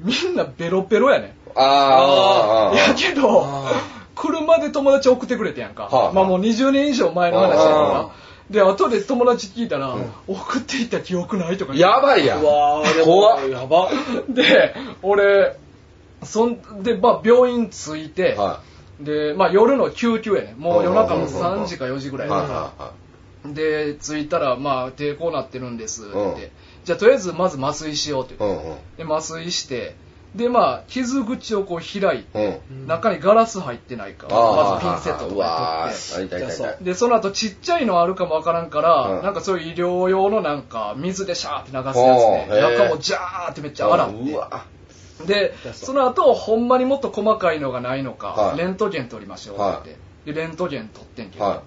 い
みんなベロベロやね
ああ、ああ、ああ
いやけど
あー、
車で友達送ってくれてやんか。
はい
まあもう20年以上前の話や
あ
から。で、後で友達聞いたら、送っていった記憶ないとか言って
やばいやん。
うわー、
怖っ
やば。
で、俺、そんで、まあ病院着いて、
は
で、まあ夜の救急やねもう夜中の
うんうんうんうん
3時か4時ぐ
い。は
ら
い
い。
は
で、着いたら、まあ抵抗なってるんですって言って、
うん
じゃあとりあえずまず麻酔しようって
いは
言
い。う
っ
んうん。
て、で麻酔して、で、まあ傷口をこう開いて、
うん。
中にガラス入ってないか、まずピンセットと
う
か
わ
で
ー、
取っ
痛い痛い痛い
て、。で、その後ちっちゃいのあるかもわからんから、
うん
なんかそういう医療用のなんか、水でシャーって流す
お
やつ
ー
で、
へー
中もジャーってめっちゃ洗っ
うわ
て、で、その後、ほんまにもっと細かいのがないのか、
はい
レントゲン取りましょうって言って、で、レントゲン取ってんけど、
は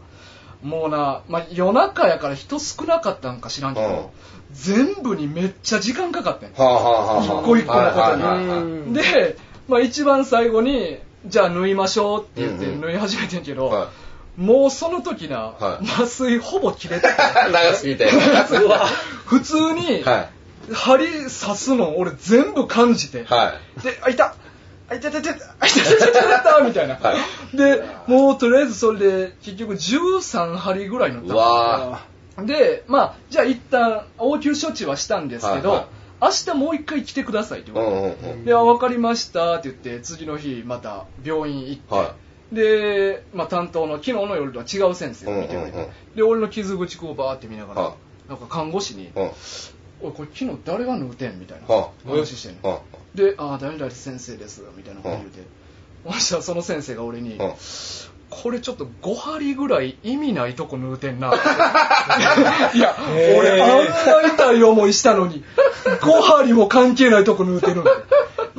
もうな、まあ、夜中やから人少なかったんか知らんけ
うん
ど、全部にめっちゃ時間かかってん
い。。はあはあはあはあ。
一個一個のことに
はいはいはいはい
うん
で、まあ、一番最後に、じゃあ縫いましょうって言って
うんうん
縫い始めてんけど、
は
もうその時な、
はい
麻酔ほぼ切れてた。
い長すぎて。
うわ普通に、
は
針刺すの俺全部感じて、
い。はい。
で、あ、いたあ、いたいたいたいたあ、いたいたいたいたいたみたいな、
は
で、もうとりあえずそれで結局13針ぐらいの
うわ
で、まあ、じゃあ一旦応急処置はしたんですけど、
はいはい
明日もう一回来てくださいって言
ー。う
われて、
んうんうん。
で、あ分かりましたって言って、次の日、また病院行って、
は
で、まあ、担当の昨日の夜とは違う先生を見てくれて、
うんうんうん
で、俺の傷口こうバーって見ながら、
は
なんか看護師に
い。、うん。
おい、これ昨日誰が縫うてんみたいな
はあ
話してんの。
う
で、ああ、誰々先生です、みたいなこと言うて、そしたらその先生が俺に、
ん。うん。
これちょっと5針ぐらい意味ないとこ縫うてんな。 いや、
へー
俺あんな痛い思いしたのに、5針も関係ないとこ縫うてるんで。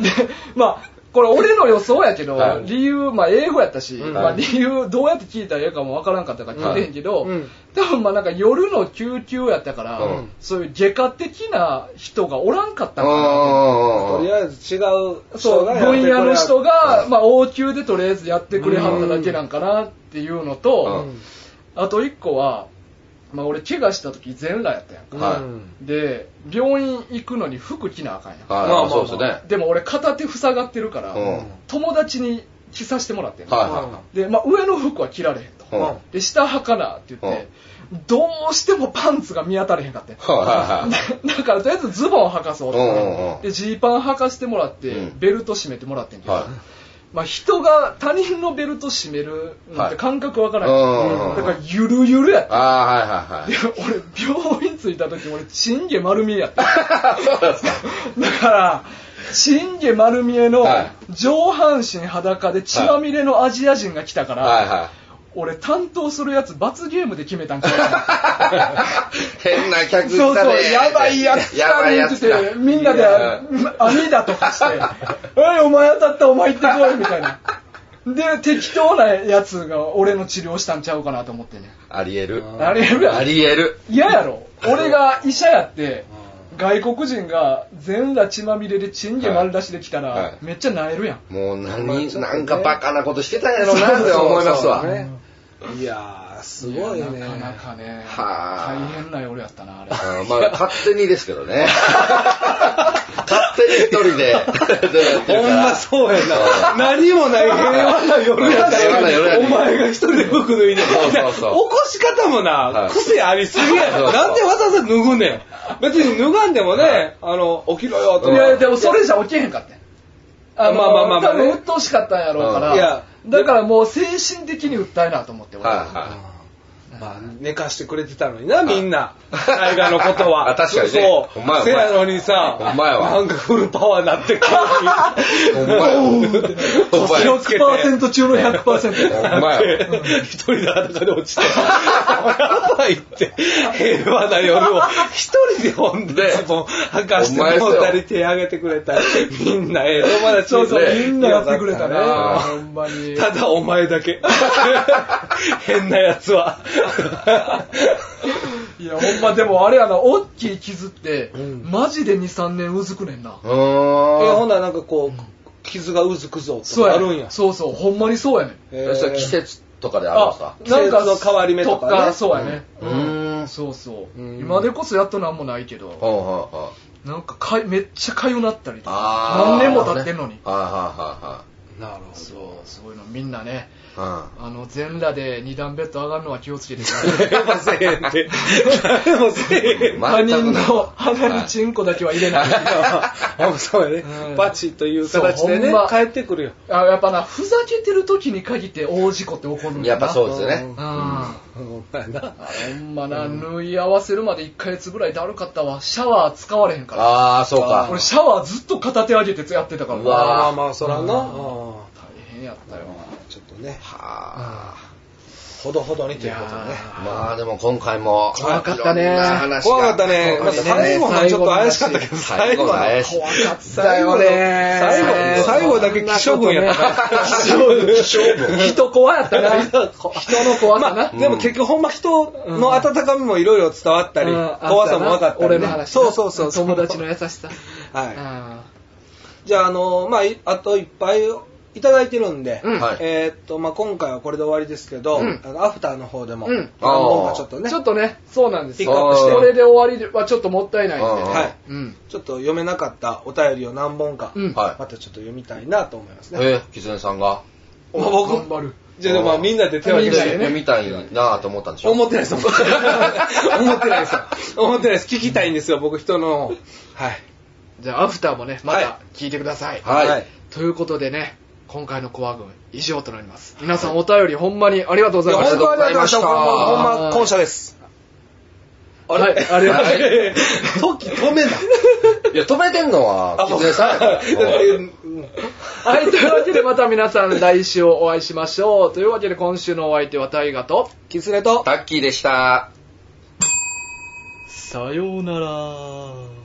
で、まあ、これ俺の予想やけど、
はい
理由、まあ英語やったし、
うん
まあ理由どうやって聞いたらええかもわからんかったから聞いてへんけど、
うん
多分まあなんか夜の救急やったから、
うん
そういう外科的な人がおらんかったんかなと思って
う
と
ん
りあえず違う
そう、分野の人
が
が、まあ、応急でとりあえずやってくれはっただけなんかなっていうのと、あと一個は、まあ、俺、怪我した時全裸やったやんか。
はい
で、病院行くのに服着なあかんやん。
はい、
まあまあまあ
そうですね。
でも俺、片手塞がってるから、
うん。はい
友達に着させてもらってんの
は
で、まあ、上の服は着られへんと。
いはい。うん。はい
で、下はかなって言って、どうしてもパンツが見当たれへんかってん。
はいはい。
だからとりあえずズボンを履かそうと思って、
うんうんうん
でジーパン履かしてもらって、
うん
ベルト締めてもらってんけど、
はい
まあ、人が他人のベルト締めるなんて感覚わからない、
うんうんうん
だからゆるゆるやった
ああ、はいはい
で
はい。
俺 病院着いた時俺チンゲ丸見えやっただからチンゲ丸見えの
はい
上半身裸で血まみれのアジア人が来たから、
はいは
俺担当するやつ罰ゲームで決めたんか な
い。変な客来
そう
た
そ
ね
う、やばいやつ
や
だ
ばい
ね
や
って
つ
言って
だ
て、みんなで網だとかして、 おい、お前当たった、お前行ってこい、みたいな。で、適当なやつが俺の治療したんちゃうかなと思ってね。
ありえる。
あれやろ
ありえる。
嫌やろ俺が医者やって外国人が全裸血まみれでチンゲ丸出しできたら、
はいはい
めっちゃなえるやん
もう
まあちょ
何、
っとね
なんかバカなことしてたんやろなって思いますわ。
そうそうそうねいやー、すごいね。
なかなかね
はあ
大変な夜やったなあれ
あーまあ、勝手にですけどね。勝手に一人で。
ほんまそうやな。何もない平和な夜やった
平和な夜や
よ。
ね
お前が一人で服脱いで。
そうそうそう
いや起こし方も
は
な、
い
癖ありすぎ
そう
や
そ
ろ。
う
なんでわざわざ脱ぐねん。別に脱がんでもね、あの、起きろよと
うん
か。
いやでもそれじゃ起きへんかってんあの
まあまあまあまあね
多分鬱陶しかったんやろうか
うん
い
ら
や、
だからもう精神的に訴えなと思って、俺
はいは
まあ、寝かしてくれてたのにな、みんな。大河のことは。
あ確かにね
そう。
ほんまや
せやのにさ、
ほんまやわ
なんかフルパワーになってく
い。ほんまや。ほんまや。
100%中の100%
ほんまや。
一人で裸で落ちて、やばいって、平和な夜を一人でほんで、ズボン履かして
お前っすよ
もうたり手挙げてくれたり、みんなええ友 達
そうそう、
ね
みんなやってくれたね
よかった
ほんまに
なただお前 だけ。変なやつは。
いや、ほんま、でもあれやな、大きい傷って、
ん
マジで2、3年うずくねんな。
うー
ほ
ん。
んならなんかこう、傷がうずくぞと
そう
か
や
あ
ね
るんや。
そうそう、ほんまにそうやねん。
え
それ季節とかであるんですか
季節の変わり目とかね
そうやね。
うーん。
そうそう。
うん
今でこそやっとなんもないけど、
ほうほうほう。
なんかかい、めっちゃかゆなったりと
あ
か、何
ー
年も経ってんのに。
はいは
なるほ
そう、そういうのみんなね、
いはいはい。うん。
あの、全裸で2段ベッド上がるのは気をつけてください。
誰もせえへんって。誰もせえへ
全
ん。
他
くない
人の鼻にチンコだけは入れない。
あもう そうや
うん
ね。バチという形で
そうほん
ね
ま、
帰ってくるよ。
あやっぱな、ふざけてる時に限って大事故って起こるんだな。
やっぱそうですよね
う。ん。
ほんまやな。
あほんまな、縫い合わせるまで1ヶ月ぐらいだるかったわ。シャワー使われへんから。
ああ、そうか。
俺シャワーずっと片手上げてやってたから。
う
ま
わ
あまあまあ、そらな。うん
大変やったよ。
ちょっとね、
はあ。
ほどほどにと
い
いうことでね。
まあでも今回も。
怖
かったね
いろんな話が
怖かったね。まあ最後のちょっと怪しかったけど、
最
最
後
後
の
の。
怪しい。
最後の最後、最後だけ気象軍やった。気象軍。
人怖やったな。人の怖さな。
まあ、でも結局ほんま人の温かみもいろいろ伝わったり、
うん
怖さも分かったり、ね、
俺の話な。
そうそうそうそう
友達の優しさ。
は
あ
い、じゃああのまあいあといっぱいいただいてるんで、
うん
はい
えーっとまあ今回はこれで終わりですけど、
うん
あのアフターの方でも、
うん
何本かちょっと
ー
ね
ちょっとね、そうなんです
ピッ
よ。
クアップし
あ
て
ー
これで終わりはちょっともったいないんで
あ
ね。
はい
うん。
ちょっと読めなかったお便りを何本か、
うん
はい
またちょっと読みたいなと思いますね、
えー、キツネさんが。
まあ
頑張
僕
る。
じゃあまあみんなで手を挙げ
みんな
て
でね
みたいなと思ったんでしょ
思っ てないです思ってないです思ってないです聞きたいんですよ僕人のはい
じゃあ、アフターもね、ま
は
た聞いてください。
はい。
はい
ということでね、今回のコア軍以上となります。皆さんお便りほんまにありがとうございました。
本当にありがとうございました。
ほ
ほん
んま
ま、
ほんま
感謝です。
はい、あり がとうございます。
時止めない。
いや、止めてんのは、キツネさ ん やから。うん
は
はい、というわけでまた皆さん来週お会いしましょう。というわけで今週のお相手は大ガと、
い。キツネと、
タッキーでした。
さようなら。